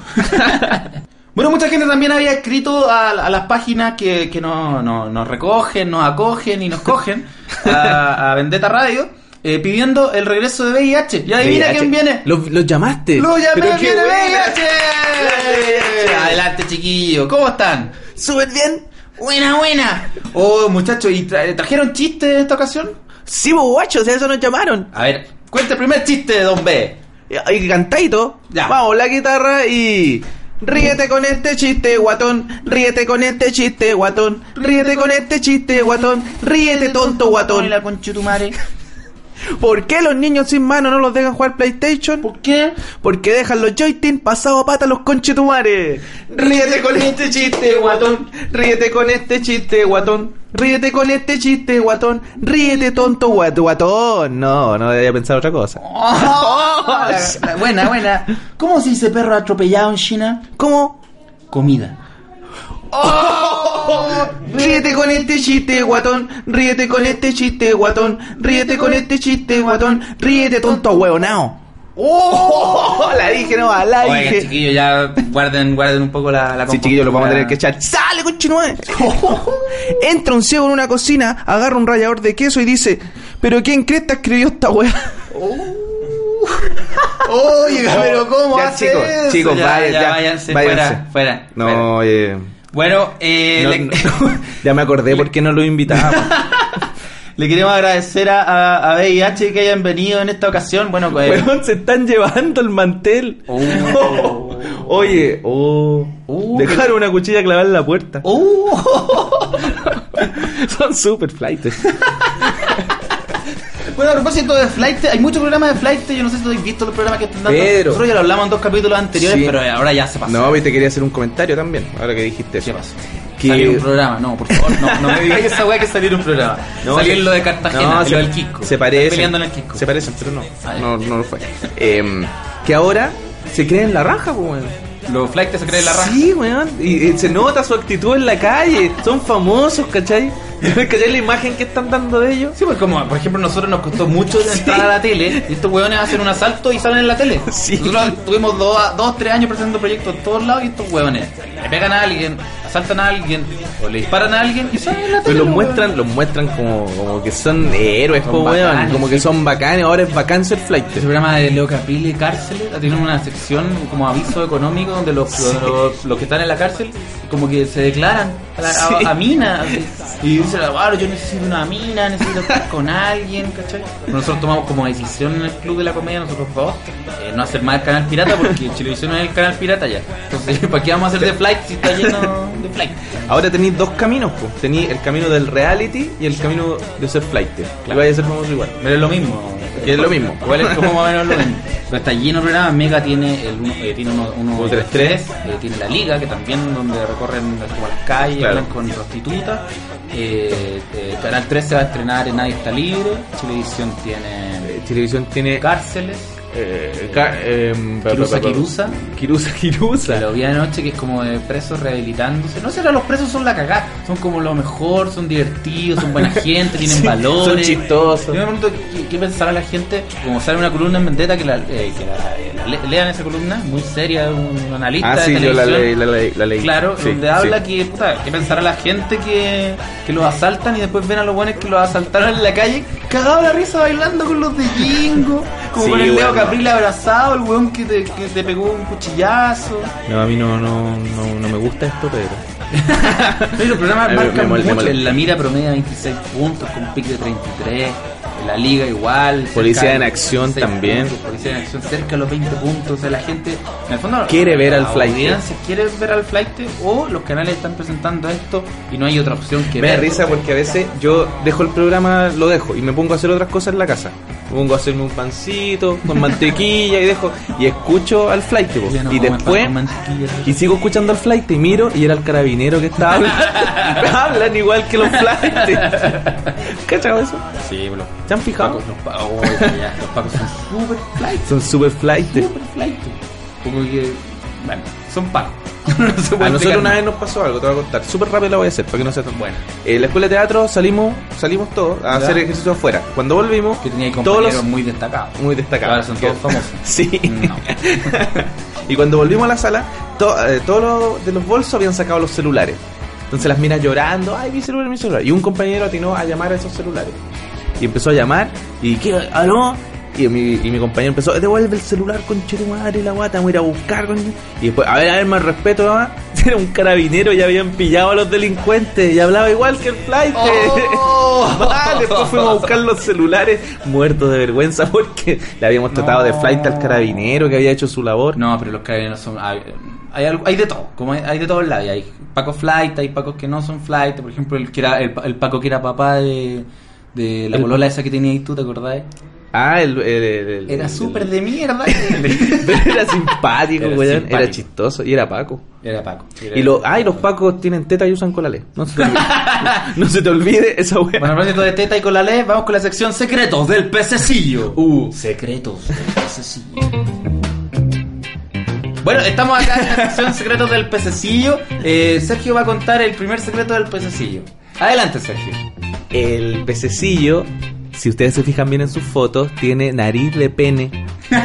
[SPEAKER 3] bueno, mucha gente también había escrito a, a las páginas que, que no- no- nos recogen, nos acogen y nos cogen a, a Vendetta Radio eh, pidiendo el regreso de VIH. Y adivina
[SPEAKER 4] VIH.
[SPEAKER 3] quién viene.
[SPEAKER 4] Los, los llamaste.
[SPEAKER 3] ¡Lo llamé!
[SPEAKER 4] Pero qué
[SPEAKER 3] ¡Viene
[SPEAKER 4] buena.
[SPEAKER 3] VIH! Adelante, chiquillo. ¿Cómo están?
[SPEAKER 4] ¿Súper bien?
[SPEAKER 3] Buena, buena. Oh, muchachos, ¿y tra- trajeron chistes en esta ocasión?
[SPEAKER 4] Sí, pues, vos guachos, eso nos llamaron.
[SPEAKER 3] A ver, cuenta el primer chiste de Don B.
[SPEAKER 4] Y cantadito.
[SPEAKER 3] Ya.
[SPEAKER 4] Vamos, la guitarra y. Ríete con este chiste, guatón. Ríete con este chiste, guatón. Ríete con este chiste, guatón. Ríete, tonto,
[SPEAKER 3] Y
[SPEAKER 4] guatón.
[SPEAKER 3] la conchetumare.
[SPEAKER 4] ¿Por qué los niños sin mano no los dejan jugar PlayStation?
[SPEAKER 3] ¿Por qué?
[SPEAKER 4] Porque dejan los joystick pasados a pata los conchetumares. Ríete con este chiste, guatón. Ríete con este chiste, guatón. Ríete con este chiste, guatón. Ríete, tonto, guat- guatón. No, no debía pensar otra cosa.
[SPEAKER 3] La- la- buena, buena. ¿Cómo se dice perro atropellado en China?
[SPEAKER 4] ¿Cómo?
[SPEAKER 3] Comida.
[SPEAKER 4] Oh, Ríete con este chiste, guatón. Ríete con este chiste, guatón. Ríete con este chiste, guatón. Ríete, tonto, huevonao. ¡Oh! La dije, no, la
[SPEAKER 3] Oiga,
[SPEAKER 4] dije.
[SPEAKER 3] chiquillo, ya guarden, guarden un poco la, la
[SPEAKER 4] Sí, chiquillo, lo vamos a
[SPEAKER 3] compostura.
[SPEAKER 4] tener que echar. ¡Sale, continúe! Entra un ciego en una cocina, agarra un rallador de queso y dice: ¿Pero quién cresta escribió esta weá? Oh.
[SPEAKER 3] Oiga, pero ¿cómo
[SPEAKER 4] Ya,
[SPEAKER 3] hace
[SPEAKER 4] chicos,
[SPEAKER 3] eso?
[SPEAKER 4] chicos,
[SPEAKER 3] Ya,
[SPEAKER 4] vaya-
[SPEAKER 3] ya,
[SPEAKER 4] ya,
[SPEAKER 3] váyanse,
[SPEAKER 4] váyanse.
[SPEAKER 3] fuera, fuera. fuera.
[SPEAKER 4] No, eh,
[SPEAKER 3] Bueno, eh,
[SPEAKER 4] no,
[SPEAKER 3] le,
[SPEAKER 4] no. ya me acordé por qué no lo invitaba.
[SPEAKER 3] le queremos agradecer a, a, a VIH que hayan venido en esta ocasión. Bueno, eh,
[SPEAKER 4] Weón, se están llevando el mantel.
[SPEAKER 3] Oh.
[SPEAKER 4] Oye, oh, Oh.
[SPEAKER 3] Oh,
[SPEAKER 4] dejaron una cuchilla clavada en la puerta.
[SPEAKER 3] ¡Uh!
[SPEAKER 4] Son super flightes.
[SPEAKER 3] Bueno, a propósito de Flight, hay muchos programas de Flight. Yo no sé si habéis visto los programas que están dando.
[SPEAKER 4] Pedro.
[SPEAKER 3] Nosotros ya lo hablamos en dos capítulos anteriores,
[SPEAKER 4] Sí.
[SPEAKER 3] pero ahora ya se pasó.
[SPEAKER 4] No, y te quería hacer un comentario también, ahora que dijiste eso.
[SPEAKER 3] ¿Qué pasó?
[SPEAKER 4] Que-
[SPEAKER 3] Salir un programa, no, por favor, no, no me digáis esa weá que salir un programa.
[SPEAKER 4] No,
[SPEAKER 3] salir
[SPEAKER 4] se-
[SPEAKER 3] lo de Cartagena,
[SPEAKER 4] no,
[SPEAKER 3] lo
[SPEAKER 4] se-
[SPEAKER 3] del Quisco.
[SPEAKER 4] Se
[SPEAKER 3] Están
[SPEAKER 4] parecen.
[SPEAKER 3] Peleando en el Quisco.
[SPEAKER 4] Se parecen, pero no.
[SPEAKER 3] Ah,
[SPEAKER 4] No, no lo fue. Em, que ahora se creen la raja, pues, weón.
[SPEAKER 3] Los Flight se creen la raja.
[SPEAKER 4] Sí, weón. Y, y se nota su actitud en la calle. Son famosos, ¿cachai? ¿Cachai la imagen que están dando de ellos?
[SPEAKER 3] Sí, pues como, por ejemplo, nosotros nos costó mucho entrar a la tele. Y estos hueones hacen un asalto y salen en la tele.
[SPEAKER 4] Sí.
[SPEAKER 3] Nosotros tuvimos dos, a- dos, tres años presentando proyectos en todos lados y estos hueones le pegan a alguien, asaltan a alguien o le disparan a alguien y salen en la
[SPEAKER 4] Pero
[SPEAKER 3] tele,
[SPEAKER 4] los
[SPEAKER 3] weón.
[SPEAKER 4] muestran, los muestran como, como que son héroes,
[SPEAKER 3] Son
[SPEAKER 4] po, weón,
[SPEAKER 3] bacanes,
[SPEAKER 4] como que son bacanes, ahora es bacán ser flight.
[SPEAKER 3] Ese Este programa de Leo Capile Cárceles tiene una sección como aviso económico donde los, los, los que están en la cárcel como que se declaran a, la- a-
[SPEAKER 4] Sí.
[SPEAKER 3] a mina así. y dicen, claro, yo necesito una mina, necesito estar con alguien, ¿cachai? Nosotros tomamos como decisión en el Club de la Comedia, nosotros por favor, eh, no hacer más el canal pirata porque Televisión es el canal pirata ya. Entonces, ¿para qué vamos a hacer de flight si está lleno de flight?
[SPEAKER 4] Ahora tenéis dos caminos, po. tenéis el camino del reality y el camino de ser flight. Y vais a ser famoso igual.
[SPEAKER 3] Pero es lo mismo.
[SPEAKER 4] Que es lo mismo.
[SPEAKER 3] Igual es como más o menos lo mismo. Pero está lleno de programas. Mega tiene el uno, eh, tiene uno, uno-
[SPEAKER 4] Uno, tres, tres.
[SPEAKER 3] eh, tiene la liga que también donde recorren como las calles,
[SPEAKER 4] Claro.
[SPEAKER 3] hablan con prostitutas. Eh, eh, Canal 3 se va a estrenar en Nadie está libre. Televisión
[SPEAKER 4] Eh,
[SPEAKER 3] tiene
[SPEAKER 4] Televisión tiene.
[SPEAKER 3] cárceles.
[SPEAKER 4] eh, ca- em, pa-
[SPEAKER 3] Kirusa
[SPEAKER 4] pa- pa- pa-
[SPEAKER 3] Kirusa.
[SPEAKER 4] Kirusa Kirusa.
[SPEAKER 3] Lo vi anoche que es como de presos rehabilitándose. No sé, los presos son la cagada. Son como lo mejor, son divertidos, son buena gente, tienen
[SPEAKER 4] Sí,
[SPEAKER 3] valores.
[SPEAKER 4] Son chistosos.
[SPEAKER 3] Yo me pregunto qué, qué pensará la gente, como sale una columna en Vendetta, que la, eh, que la- eh, la le- lean esa columna, muy seria, un analista
[SPEAKER 4] Ah,
[SPEAKER 3] de
[SPEAKER 4] sí, yo la
[SPEAKER 3] televisión.
[SPEAKER 4] leí, la leí, la leí.
[SPEAKER 3] Claro,
[SPEAKER 4] Sí,
[SPEAKER 3] donde
[SPEAKER 4] sí.
[SPEAKER 3] habla que, puta, qué pensará la gente que, que los asaltan y después ven a los buenos que los asaltaron en la calle, cagado la risa bailando con los de Jingo, como
[SPEAKER 4] Sí,
[SPEAKER 3] con el Leo
[SPEAKER 4] bueno.
[SPEAKER 3] Caprile abrazado, el weón que te, que te pegó un cuchillazo.
[SPEAKER 4] No, a mí no, no, no, no me gusta esto, pero.
[SPEAKER 3] Sí, los programas
[SPEAKER 4] Me- me
[SPEAKER 3] marcan
[SPEAKER 4] mol- me
[SPEAKER 3] mucho.
[SPEAKER 4] mol-
[SPEAKER 3] En la mira promedia 26 puntos, con un pick de 33. En la liga igual. cerca
[SPEAKER 4] Policía
[SPEAKER 3] de
[SPEAKER 4] en acción
[SPEAKER 3] 26
[SPEAKER 4] también.
[SPEAKER 3] puntos, policía en acción cerca de los 20 puntos. O sea, la gente, en el fondo,
[SPEAKER 4] Quiere ver al
[SPEAKER 3] la
[SPEAKER 4] flight. ¿eh?
[SPEAKER 3] audiencia quiere ver al flight o los canales están presentando esto y no hay otra opción que
[SPEAKER 4] Me da
[SPEAKER 3] ver.
[SPEAKER 4] risa porque a veces yo dejo el programa, lo dejo y me pongo a hacer otras cosas en la casa. Me pongo a hacerme un pancito con mantequilla y dejo y escucho al flight po.
[SPEAKER 3] Ya no
[SPEAKER 4] y
[SPEAKER 3] comen
[SPEAKER 4] después
[SPEAKER 3] pan con mantequilla.
[SPEAKER 4] y sigo escuchando al flight y miro y era el carabinero que estaba hablando. Hablan igual que los flight. ¿Cachado eso?
[SPEAKER 3] Sí, bro.
[SPEAKER 4] ¿Se han fijado?
[SPEAKER 3] Pacos, los pacos, oh, ya, los pacos son súper flight,
[SPEAKER 4] Son super flight.
[SPEAKER 3] súper flight. Como que, bueno, son pacos. No se puede
[SPEAKER 4] A
[SPEAKER 3] explicar
[SPEAKER 4] nosotros una
[SPEAKER 3] más.
[SPEAKER 4] vez nos pasó algo, te voy a contar. Súper rápido la voy a hacer para que no sea tan buena. En la escuela de teatro salimos, salimos todos a
[SPEAKER 3] Ya.
[SPEAKER 4] hacer ejercicio afuera. Cuando volvimos,
[SPEAKER 3] que tenía
[SPEAKER 4] todos
[SPEAKER 3] compañeros
[SPEAKER 4] los
[SPEAKER 3] muy destacados.
[SPEAKER 4] muy destacados.
[SPEAKER 3] Ahora son todos famosos. Mm,
[SPEAKER 4] Sí.
[SPEAKER 3] No.
[SPEAKER 4] y cuando volvimos a la sala, to- eh, todos los de los bolsos habían sacado los celulares. Entonces las minas llorando, ay, mi celular, mi celular. Y un compañero atinó a llamar a esos celulares. Y empezó a llamar, y ¿qué? ¿Aló? Y mi, y mi compañero empezó, devuelve el celular, conche tu madre, la guata, voy a ir a buscar. conche". Y después, a ver, a ver, más respeto, mamá. Era un carabinero, ya habían pillado a los delincuentes, y hablaba igual que el flight. Ah, después fuimos a buscar los celulares muertos de vergüenza porque le habíamos tratado de flight al carabinero que había hecho su labor.
[SPEAKER 3] No, pero los carabineros son. Hay, hay, algo- hay de todo, como hay, hay de todos lados. Hay pacos flight, hay pacos que no son flight. Por ejemplo, el, que era, el, pa- el paco que era papá de, de la
[SPEAKER 4] El-
[SPEAKER 3] bolola esa que tenías tú, ¿te acordás?
[SPEAKER 4] Ah, el. el- el- el-
[SPEAKER 3] Era
[SPEAKER 4] el-
[SPEAKER 3] súper de mierda.
[SPEAKER 4] Pero era simpático,
[SPEAKER 3] Era
[SPEAKER 4] weón.
[SPEAKER 3] simpático.
[SPEAKER 4] Era chistoso. Y era Paco.
[SPEAKER 3] era Paco. Era-
[SPEAKER 4] Y lo, ay, los Pacos tienen teta y usan colales. No se te olvide, no se te olvide esa weá.
[SPEAKER 3] Bueno, a propósito de Teta y con la ley, vamos con la sección secretos del pececillo. Uh, secretos del pececillo. Bueno, estamos acá en la sección secretos del pececillo. Eh, Sergio va a contar el primer secreto del pececillo. Adelante, Sergio.
[SPEAKER 4] El pececillo, si ustedes se fijan bien en sus fotos, tiene nariz de pene.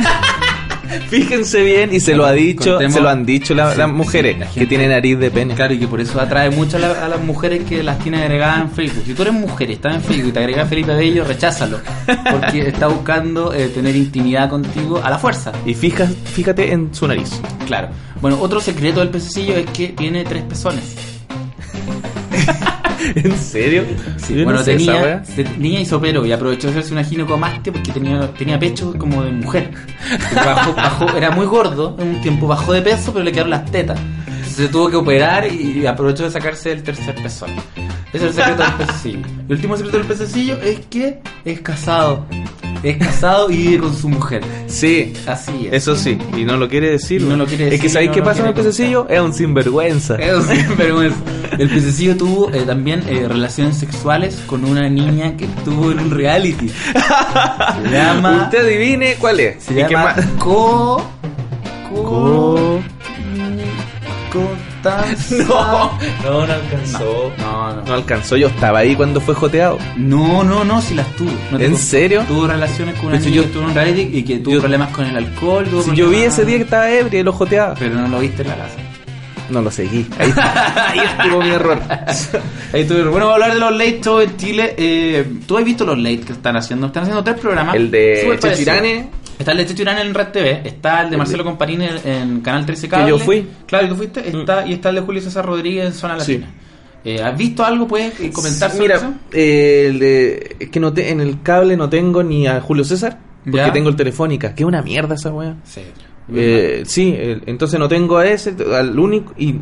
[SPEAKER 4] Fíjense bien y se lo ha dicho,
[SPEAKER 3] Contemos-
[SPEAKER 4] se lo han dicho la-
[SPEAKER 3] Sí,
[SPEAKER 4] las
[SPEAKER 3] sí,
[SPEAKER 4] mujeres
[SPEAKER 3] la gente-
[SPEAKER 4] que tiene nariz de pene.
[SPEAKER 3] Claro, y que por eso atrae mucho a, la- a las mujeres que las tiene agregadas en Facebook. Si tú eres mujer, y estás en Facebook y te agrega Felipe Bello, recházalo. Porque está buscando eh, tener intimidad contigo a la fuerza.
[SPEAKER 4] Y fija, fíjate en su nariz.
[SPEAKER 3] Claro. Bueno, otro secreto del pececillo es que tiene tres pezones.
[SPEAKER 4] ¿En serio? Yo no
[SPEAKER 3] bueno,
[SPEAKER 4] sé esa
[SPEAKER 3] tenía,
[SPEAKER 4] weá.
[SPEAKER 3] se- tenía isopero y aprovechó de hacerse una ginecomastia porque tenía, tenía pecho como de mujer. Bajó- bajó- era muy gordo en un tiempo, bajó de peso, pero le quedaron las tetas. Se tuvo que operar y aprovechó de sacarse el tercer pezón. Ese es el secreto del pececillo. El último secreto del pececillo es que es casado. Es casado y vive con su mujer.
[SPEAKER 4] Sí,
[SPEAKER 3] Así es.
[SPEAKER 4] eso sí. Y no lo quiere decir.
[SPEAKER 3] Y no
[SPEAKER 4] weón.
[SPEAKER 3] lo quiere
[SPEAKER 4] Es que
[SPEAKER 3] decir,
[SPEAKER 4] ¿sabéis
[SPEAKER 3] no
[SPEAKER 4] qué
[SPEAKER 3] lo
[SPEAKER 4] pasa en el
[SPEAKER 3] quiere
[SPEAKER 4] pececillo? Es un sinvergüenza.
[SPEAKER 3] Eso sí, vergüenza. El pececillo tuvo eh, también eh, relaciones sexuales con una niña que estuvo en un reality. Se llama.
[SPEAKER 4] Usted adivine cuál es.
[SPEAKER 3] Se
[SPEAKER 4] ¿Y qué
[SPEAKER 3] llama
[SPEAKER 4] más?
[SPEAKER 3] Co. Co.
[SPEAKER 4] Co-
[SPEAKER 3] Constanza.
[SPEAKER 4] No, no, no alcanzó.
[SPEAKER 3] No,
[SPEAKER 4] No
[SPEAKER 3] no.
[SPEAKER 4] alcanzó, yo estaba ahí cuando fue joteado.
[SPEAKER 3] No, no, no, si las tuvo. No te
[SPEAKER 4] ¿En
[SPEAKER 3] conté.
[SPEAKER 4] serio?
[SPEAKER 3] Tuvo relaciones con una
[SPEAKER 4] Pero si
[SPEAKER 3] niña
[SPEAKER 4] yo-
[SPEAKER 3] que estuvo en un reality y que tuvo
[SPEAKER 4] yo-
[SPEAKER 3] problemas con el alcohol. tuvo
[SPEAKER 4] Si yo vi
[SPEAKER 3] problemas-
[SPEAKER 4] ese día que estaba ebrio y lo joteaba.
[SPEAKER 3] Pero no lo viste en la casa.
[SPEAKER 4] No lo seguí. Ahí, ahí estuvo mi error.
[SPEAKER 3] Ahí estuve. Bueno, vamos a hablar de los late shows en Chile. Eh, ¿Tú has visto los late que están haciendo? Están haciendo tres programas.
[SPEAKER 4] El de
[SPEAKER 3] Súper
[SPEAKER 4] Checho
[SPEAKER 3] parecidos.
[SPEAKER 4] Irane.
[SPEAKER 3] Está el de Checho Irane en Red TV. Está el de Marcelo Comparini en, en Canal 13 Cable.
[SPEAKER 4] yo fui. Mm.
[SPEAKER 3] Claro, y tú fuiste. Está, y está el de Julio César Rodríguez en Zona
[SPEAKER 4] Sí.
[SPEAKER 3] Latina. Eh, ¿Has visto algo? ¿Puedes eh, comentar sobre
[SPEAKER 4] Mira,
[SPEAKER 3] eso?
[SPEAKER 4] eh, el de- es que no te- en el cable no tengo ni a Julio César, porque
[SPEAKER 3] Ya.
[SPEAKER 4] tengo el Telefónica. Qué una mierda esa weá.
[SPEAKER 3] Sí.
[SPEAKER 4] Eh, sí, el- entonces no tengo a ese, al único y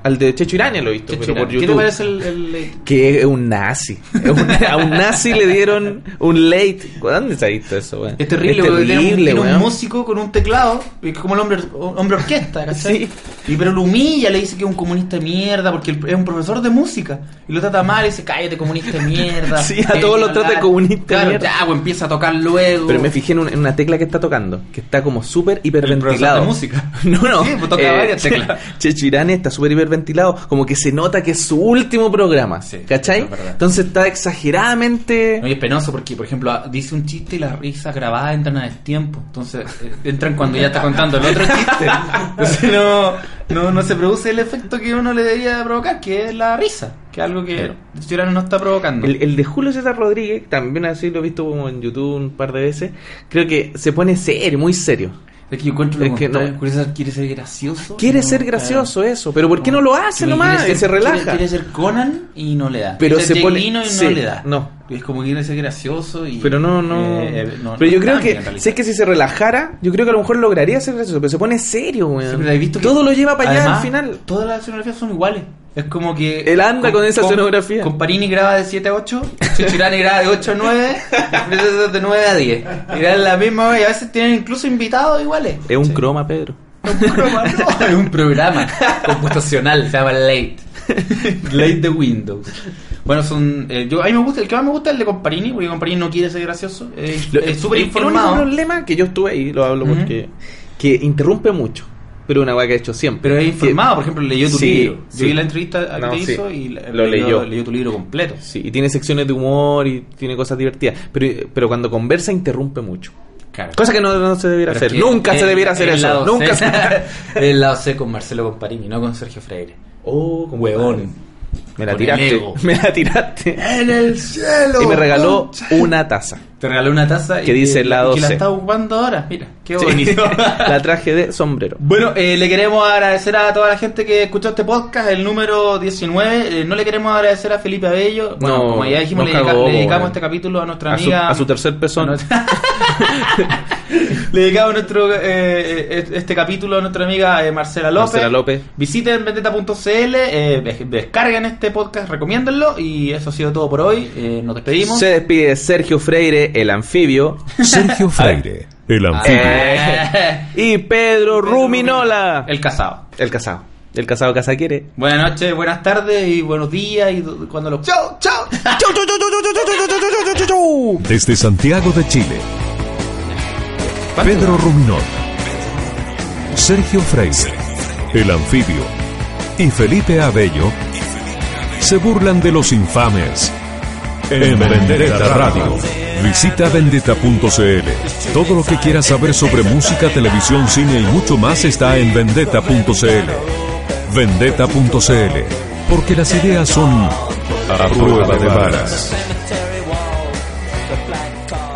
[SPEAKER 4] al de Checho Irane lo he visto,
[SPEAKER 3] Checho
[SPEAKER 4] pero por
[SPEAKER 3] Irane. ¿Qué te
[SPEAKER 4] YouTube.
[SPEAKER 3] parece el, el late?
[SPEAKER 4] Que es un nazi. Es un- a un nazi le dieron un late. ¿Dónde se ha visto eso, weón?
[SPEAKER 3] Es terrible,
[SPEAKER 4] Es
[SPEAKER 3] porque tiene un-
[SPEAKER 4] terrible,
[SPEAKER 3] tiene un,
[SPEAKER 4] weón.
[SPEAKER 3] músico con un teclado, que es como el hombre, hombre orquesta, ¿cachai?
[SPEAKER 4] Sí.
[SPEAKER 3] Y pero lo humilla, le dice que es un comunista de mierda, porque el- es un profesor de música. Y lo trata mal y dice, cállate comunista de mierda. Eh,
[SPEAKER 4] Sí, a
[SPEAKER 3] Tienes
[SPEAKER 4] todos
[SPEAKER 3] que
[SPEAKER 4] los trata de
[SPEAKER 3] hablar".
[SPEAKER 4] comunista de
[SPEAKER 3] Claro,
[SPEAKER 4] mierda.
[SPEAKER 3] ya, pues empieza a tocar luego.
[SPEAKER 4] Pero me fijé en una, en una tecla que está tocando, que está como súper
[SPEAKER 3] el profesor
[SPEAKER 4] hiperventilado.
[SPEAKER 3] de música.
[SPEAKER 4] No, no. Eh,
[SPEAKER 3] Sí, pues toca varias teclas.
[SPEAKER 4] Chechirane está súper hiperventilado, como que se nota que es su último programa.
[SPEAKER 3] Sí,
[SPEAKER 4] ¿Cachai?
[SPEAKER 3] es verdad.
[SPEAKER 4] Entonces está exageradamente.
[SPEAKER 3] No, y es penoso porque, por ejemplo, ah, dice un chiste y las risas grabadas entran a destiempo. Entonces, eh, entran cuando ya está contando el otro chiste. Entonces, no, no, no se produce el efecto que uno le debería provocar, que es la risa. Que es algo que Ciudadano no está provocando.
[SPEAKER 4] El, el de Julio César Rodríguez, también así lo he visto como en YouTube un par de veces, creo que se pone serio, muy serio.
[SPEAKER 3] Es que yo encuentro lo
[SPEAKER 4] Es que
[SPEAKER 3] contrario.
[SPEAKER 4] no.
[SPEAKER 3] Julio César quiere ser gracioso.
[SPEAKER 4] Quiere
[SPEAKER 3] No,
[SPEAKER 4] ser gracioso eso, pero ¿por qué no lo hace
[SPEAKER 3] Quiere
[SPEAKER 4] nomás?
[SPEAKER 3] ser-
[SPEAKER 4] Y se relaja.
[SPEAKER 3] Quiere, quiere ser Conan y no le da.
[SPEAKER 4] Pero
[SPEAKER 3] Quiere
[SPEAKER 4] se
[SPEAKER 3] ser
[SPEAKER 4] pone-
[SPEAKER 3] Jack Lino y
[SPEAKER 4] sí,
[SPEAKER 3] no le da.
[SPEAKER 4] no.
[SPEAKER 3] Es como quiere ser gracioso y.
[SPEAKER 4] Pero no, no.
[SPEAKER 3] eh, eh, no-
[SPEAKER 4] pero yo
[SPEAKER 3] no
[SPEAKER 4] creo
[SPEAKER 3] cambia
[SPEAKER 4] que,
[SPEAKER 3] en realidad.
[SPEAKER 4] si es que si se relajara, yo creo que a lo mejor lograría ser gracioso, pero se pone serio, weón.
[SPEAKER 3] Sí, pero he visto que-
[SPEAKER 4] Todo lo lleva para allá
[SPEAKER 3] Además,
[SPEAKER 4] al final.
[SPEAKER 3] Todas las escenografías son iguales. Es como que.
[SPEAKER 4] Él anda con esa escenografía.
[SPEAKER 3] Comparini graba de 7 a 8, Chichirani graba de 8 a 9, de 9 a 10. Y era la misma vez. Y a veces tienen incluso invitados iguales.
[SPEAKER 4] Es un croma, Pedro.
[SPEAKER 3] Es un programa computacional, se llama Late. Late de Windows. Bueno, son. eh, yo, a mí me gusta, el que más me gusta es el de Comparini, porque Comparini no quiere ser gracioso. eh,
[SPEAKER 4] Lo-
[SPEAKER 3] es súper
[SPEAKER 4] el- El
[SPEAKER 3] informado.
[SPEAKER 4] único problema que yo estuve ahí, lo hablo
[SPEAKER 3] Ujú.
[SPEAKER 4] porque. que interrumpe mucho. Pero una weá que ha hecho siempre.
[SPEAKER 3] Pero es
[SPEAKER 4] Que-
[SPEAKER 3] informado, por ejemplo, leyó tu
[SPEAKER 4] Sí,
[SPEAKER 3] libro. Yo
[SPEAKER 4] sí.
[SPEAKER 3] vi la entrevista que
[SPEAKER 4] No,
[SPEAKER 3] te
[SPEAKER 4] sí.
[SPEAKER 3] hizo y la-
[SPEAKER 4] Lo leyó.
[SPEAKER 3] leyó tu libro completo.
[SPEAKER 4] Sí, y tiene secciones de humor y tiene cosas divertidas. Pero, pero cuando conversa, interrumpe mucho.
[SPEAKER 3] Claro.
[SPEAKER 4] Cosa que no, no se debiera
[SPEAKER 3] Pero es
[SPEAKER 4] hacer.
[SPEAKER 3] que
[SPEAKER 4] Nunca
[SPEAKER 3] el-
[SPEAKER 4] se debiera hacer
[SPEAKER 3] el
[SPEAKER 4] eso.
[SPEAKER 3] lado
[SPEAKER 4] Nunca se.
[SPEAKER 3] C- el lado C con Marcelo Comparini, no con Sergio Freire.
[SPEAKER 4] Oh, compadre.
[SPEAKER 3] Huevón.
[SPEAKER 4] Me la
[SPEAKER 3] Con el
[SPEAKER 4] tiraste.
[SPEAKER 3] ego.
[SPEAKER 4] Me la tiraste.
[SPEAKER 3] En el cielo.
[SPEAKER 4] Y me regaló una taza.
[SPEAKER 3] Te regaló una taza y
[SPEAKER 4] Que dice el lado
[SPEAKER 3] y que la
[SPEAKER 4] C.
[SPEAKER 3] está ocupando ahora. Mira, qué
[SPEAKER 4] Sí.
[SPEAKER 3] bonito.
[SPEAKER 4] La traje de sombrero.
[SPEAKER 3] Bueno, eh, le queremos agradecer a toda la gente que escuchó este podcast, el número 19. Eh, no le queremos agradecer a Felipe Abello. Bueno,
[SPEAKER 4] No,
[SPEAKER 3] como ya dijimos,
[SPEAKER 4] nos
[SPEAKER 3] le, dedica-
[SPEAKER 4] cagó,
[SPEAKER 3] le dedicamos
[SPEAKER 4] bueno.
[SPEAKER 3] este capítulo a nuestra
[SPEAKER 4] A su,
[SPEAKER 3] amiga.
[SPEAKER 4] a su tercer pezón.
[SPEAKER 3] a nuestra- le dedicamos nuestro, eh, eh, este capítulo a nuestra amiga eh, Marcela López.
[SPEAKER 4] Marcela López.
[SPEAKER 3] Visiten vendetta.cl, eh, des- descarguen este podcast, recomiéndenlo. Y eso ha sido todo por hoy. Eh, nos despedimos.
[SPEAKER 4] Se despide Sergio Freire, el anfibio.
[SPEAKER 1] Sergio Freire, el anfibio.
[SPEAKER 3] Eh,
[SPEAKER 4] Y Pedro, Ruminola. El,
[SPEAKER 3] el casado.
[SPEAKER 4] casado. El casado casa quiere.
[SPEAKER 3] Buenas noches, buenas tardes y buenos días y do- cuando los... ¡Chao, chao!
[SPEAKER 1] Desde Santiago de Chile, Pedro Ruminot, Sergio Freire, el anfibio y Felipe Abello se burlan de los infames. En Vendetta Radio. Visita vendetta.cl. Todo lo que quieras saber sobre música, televisión, cine y mucho más está en vendetta.cl. Vendetta.cl. Porque las ideas son a prueba de varas.
[SPEAKER 7] cemetery wall, the flag call.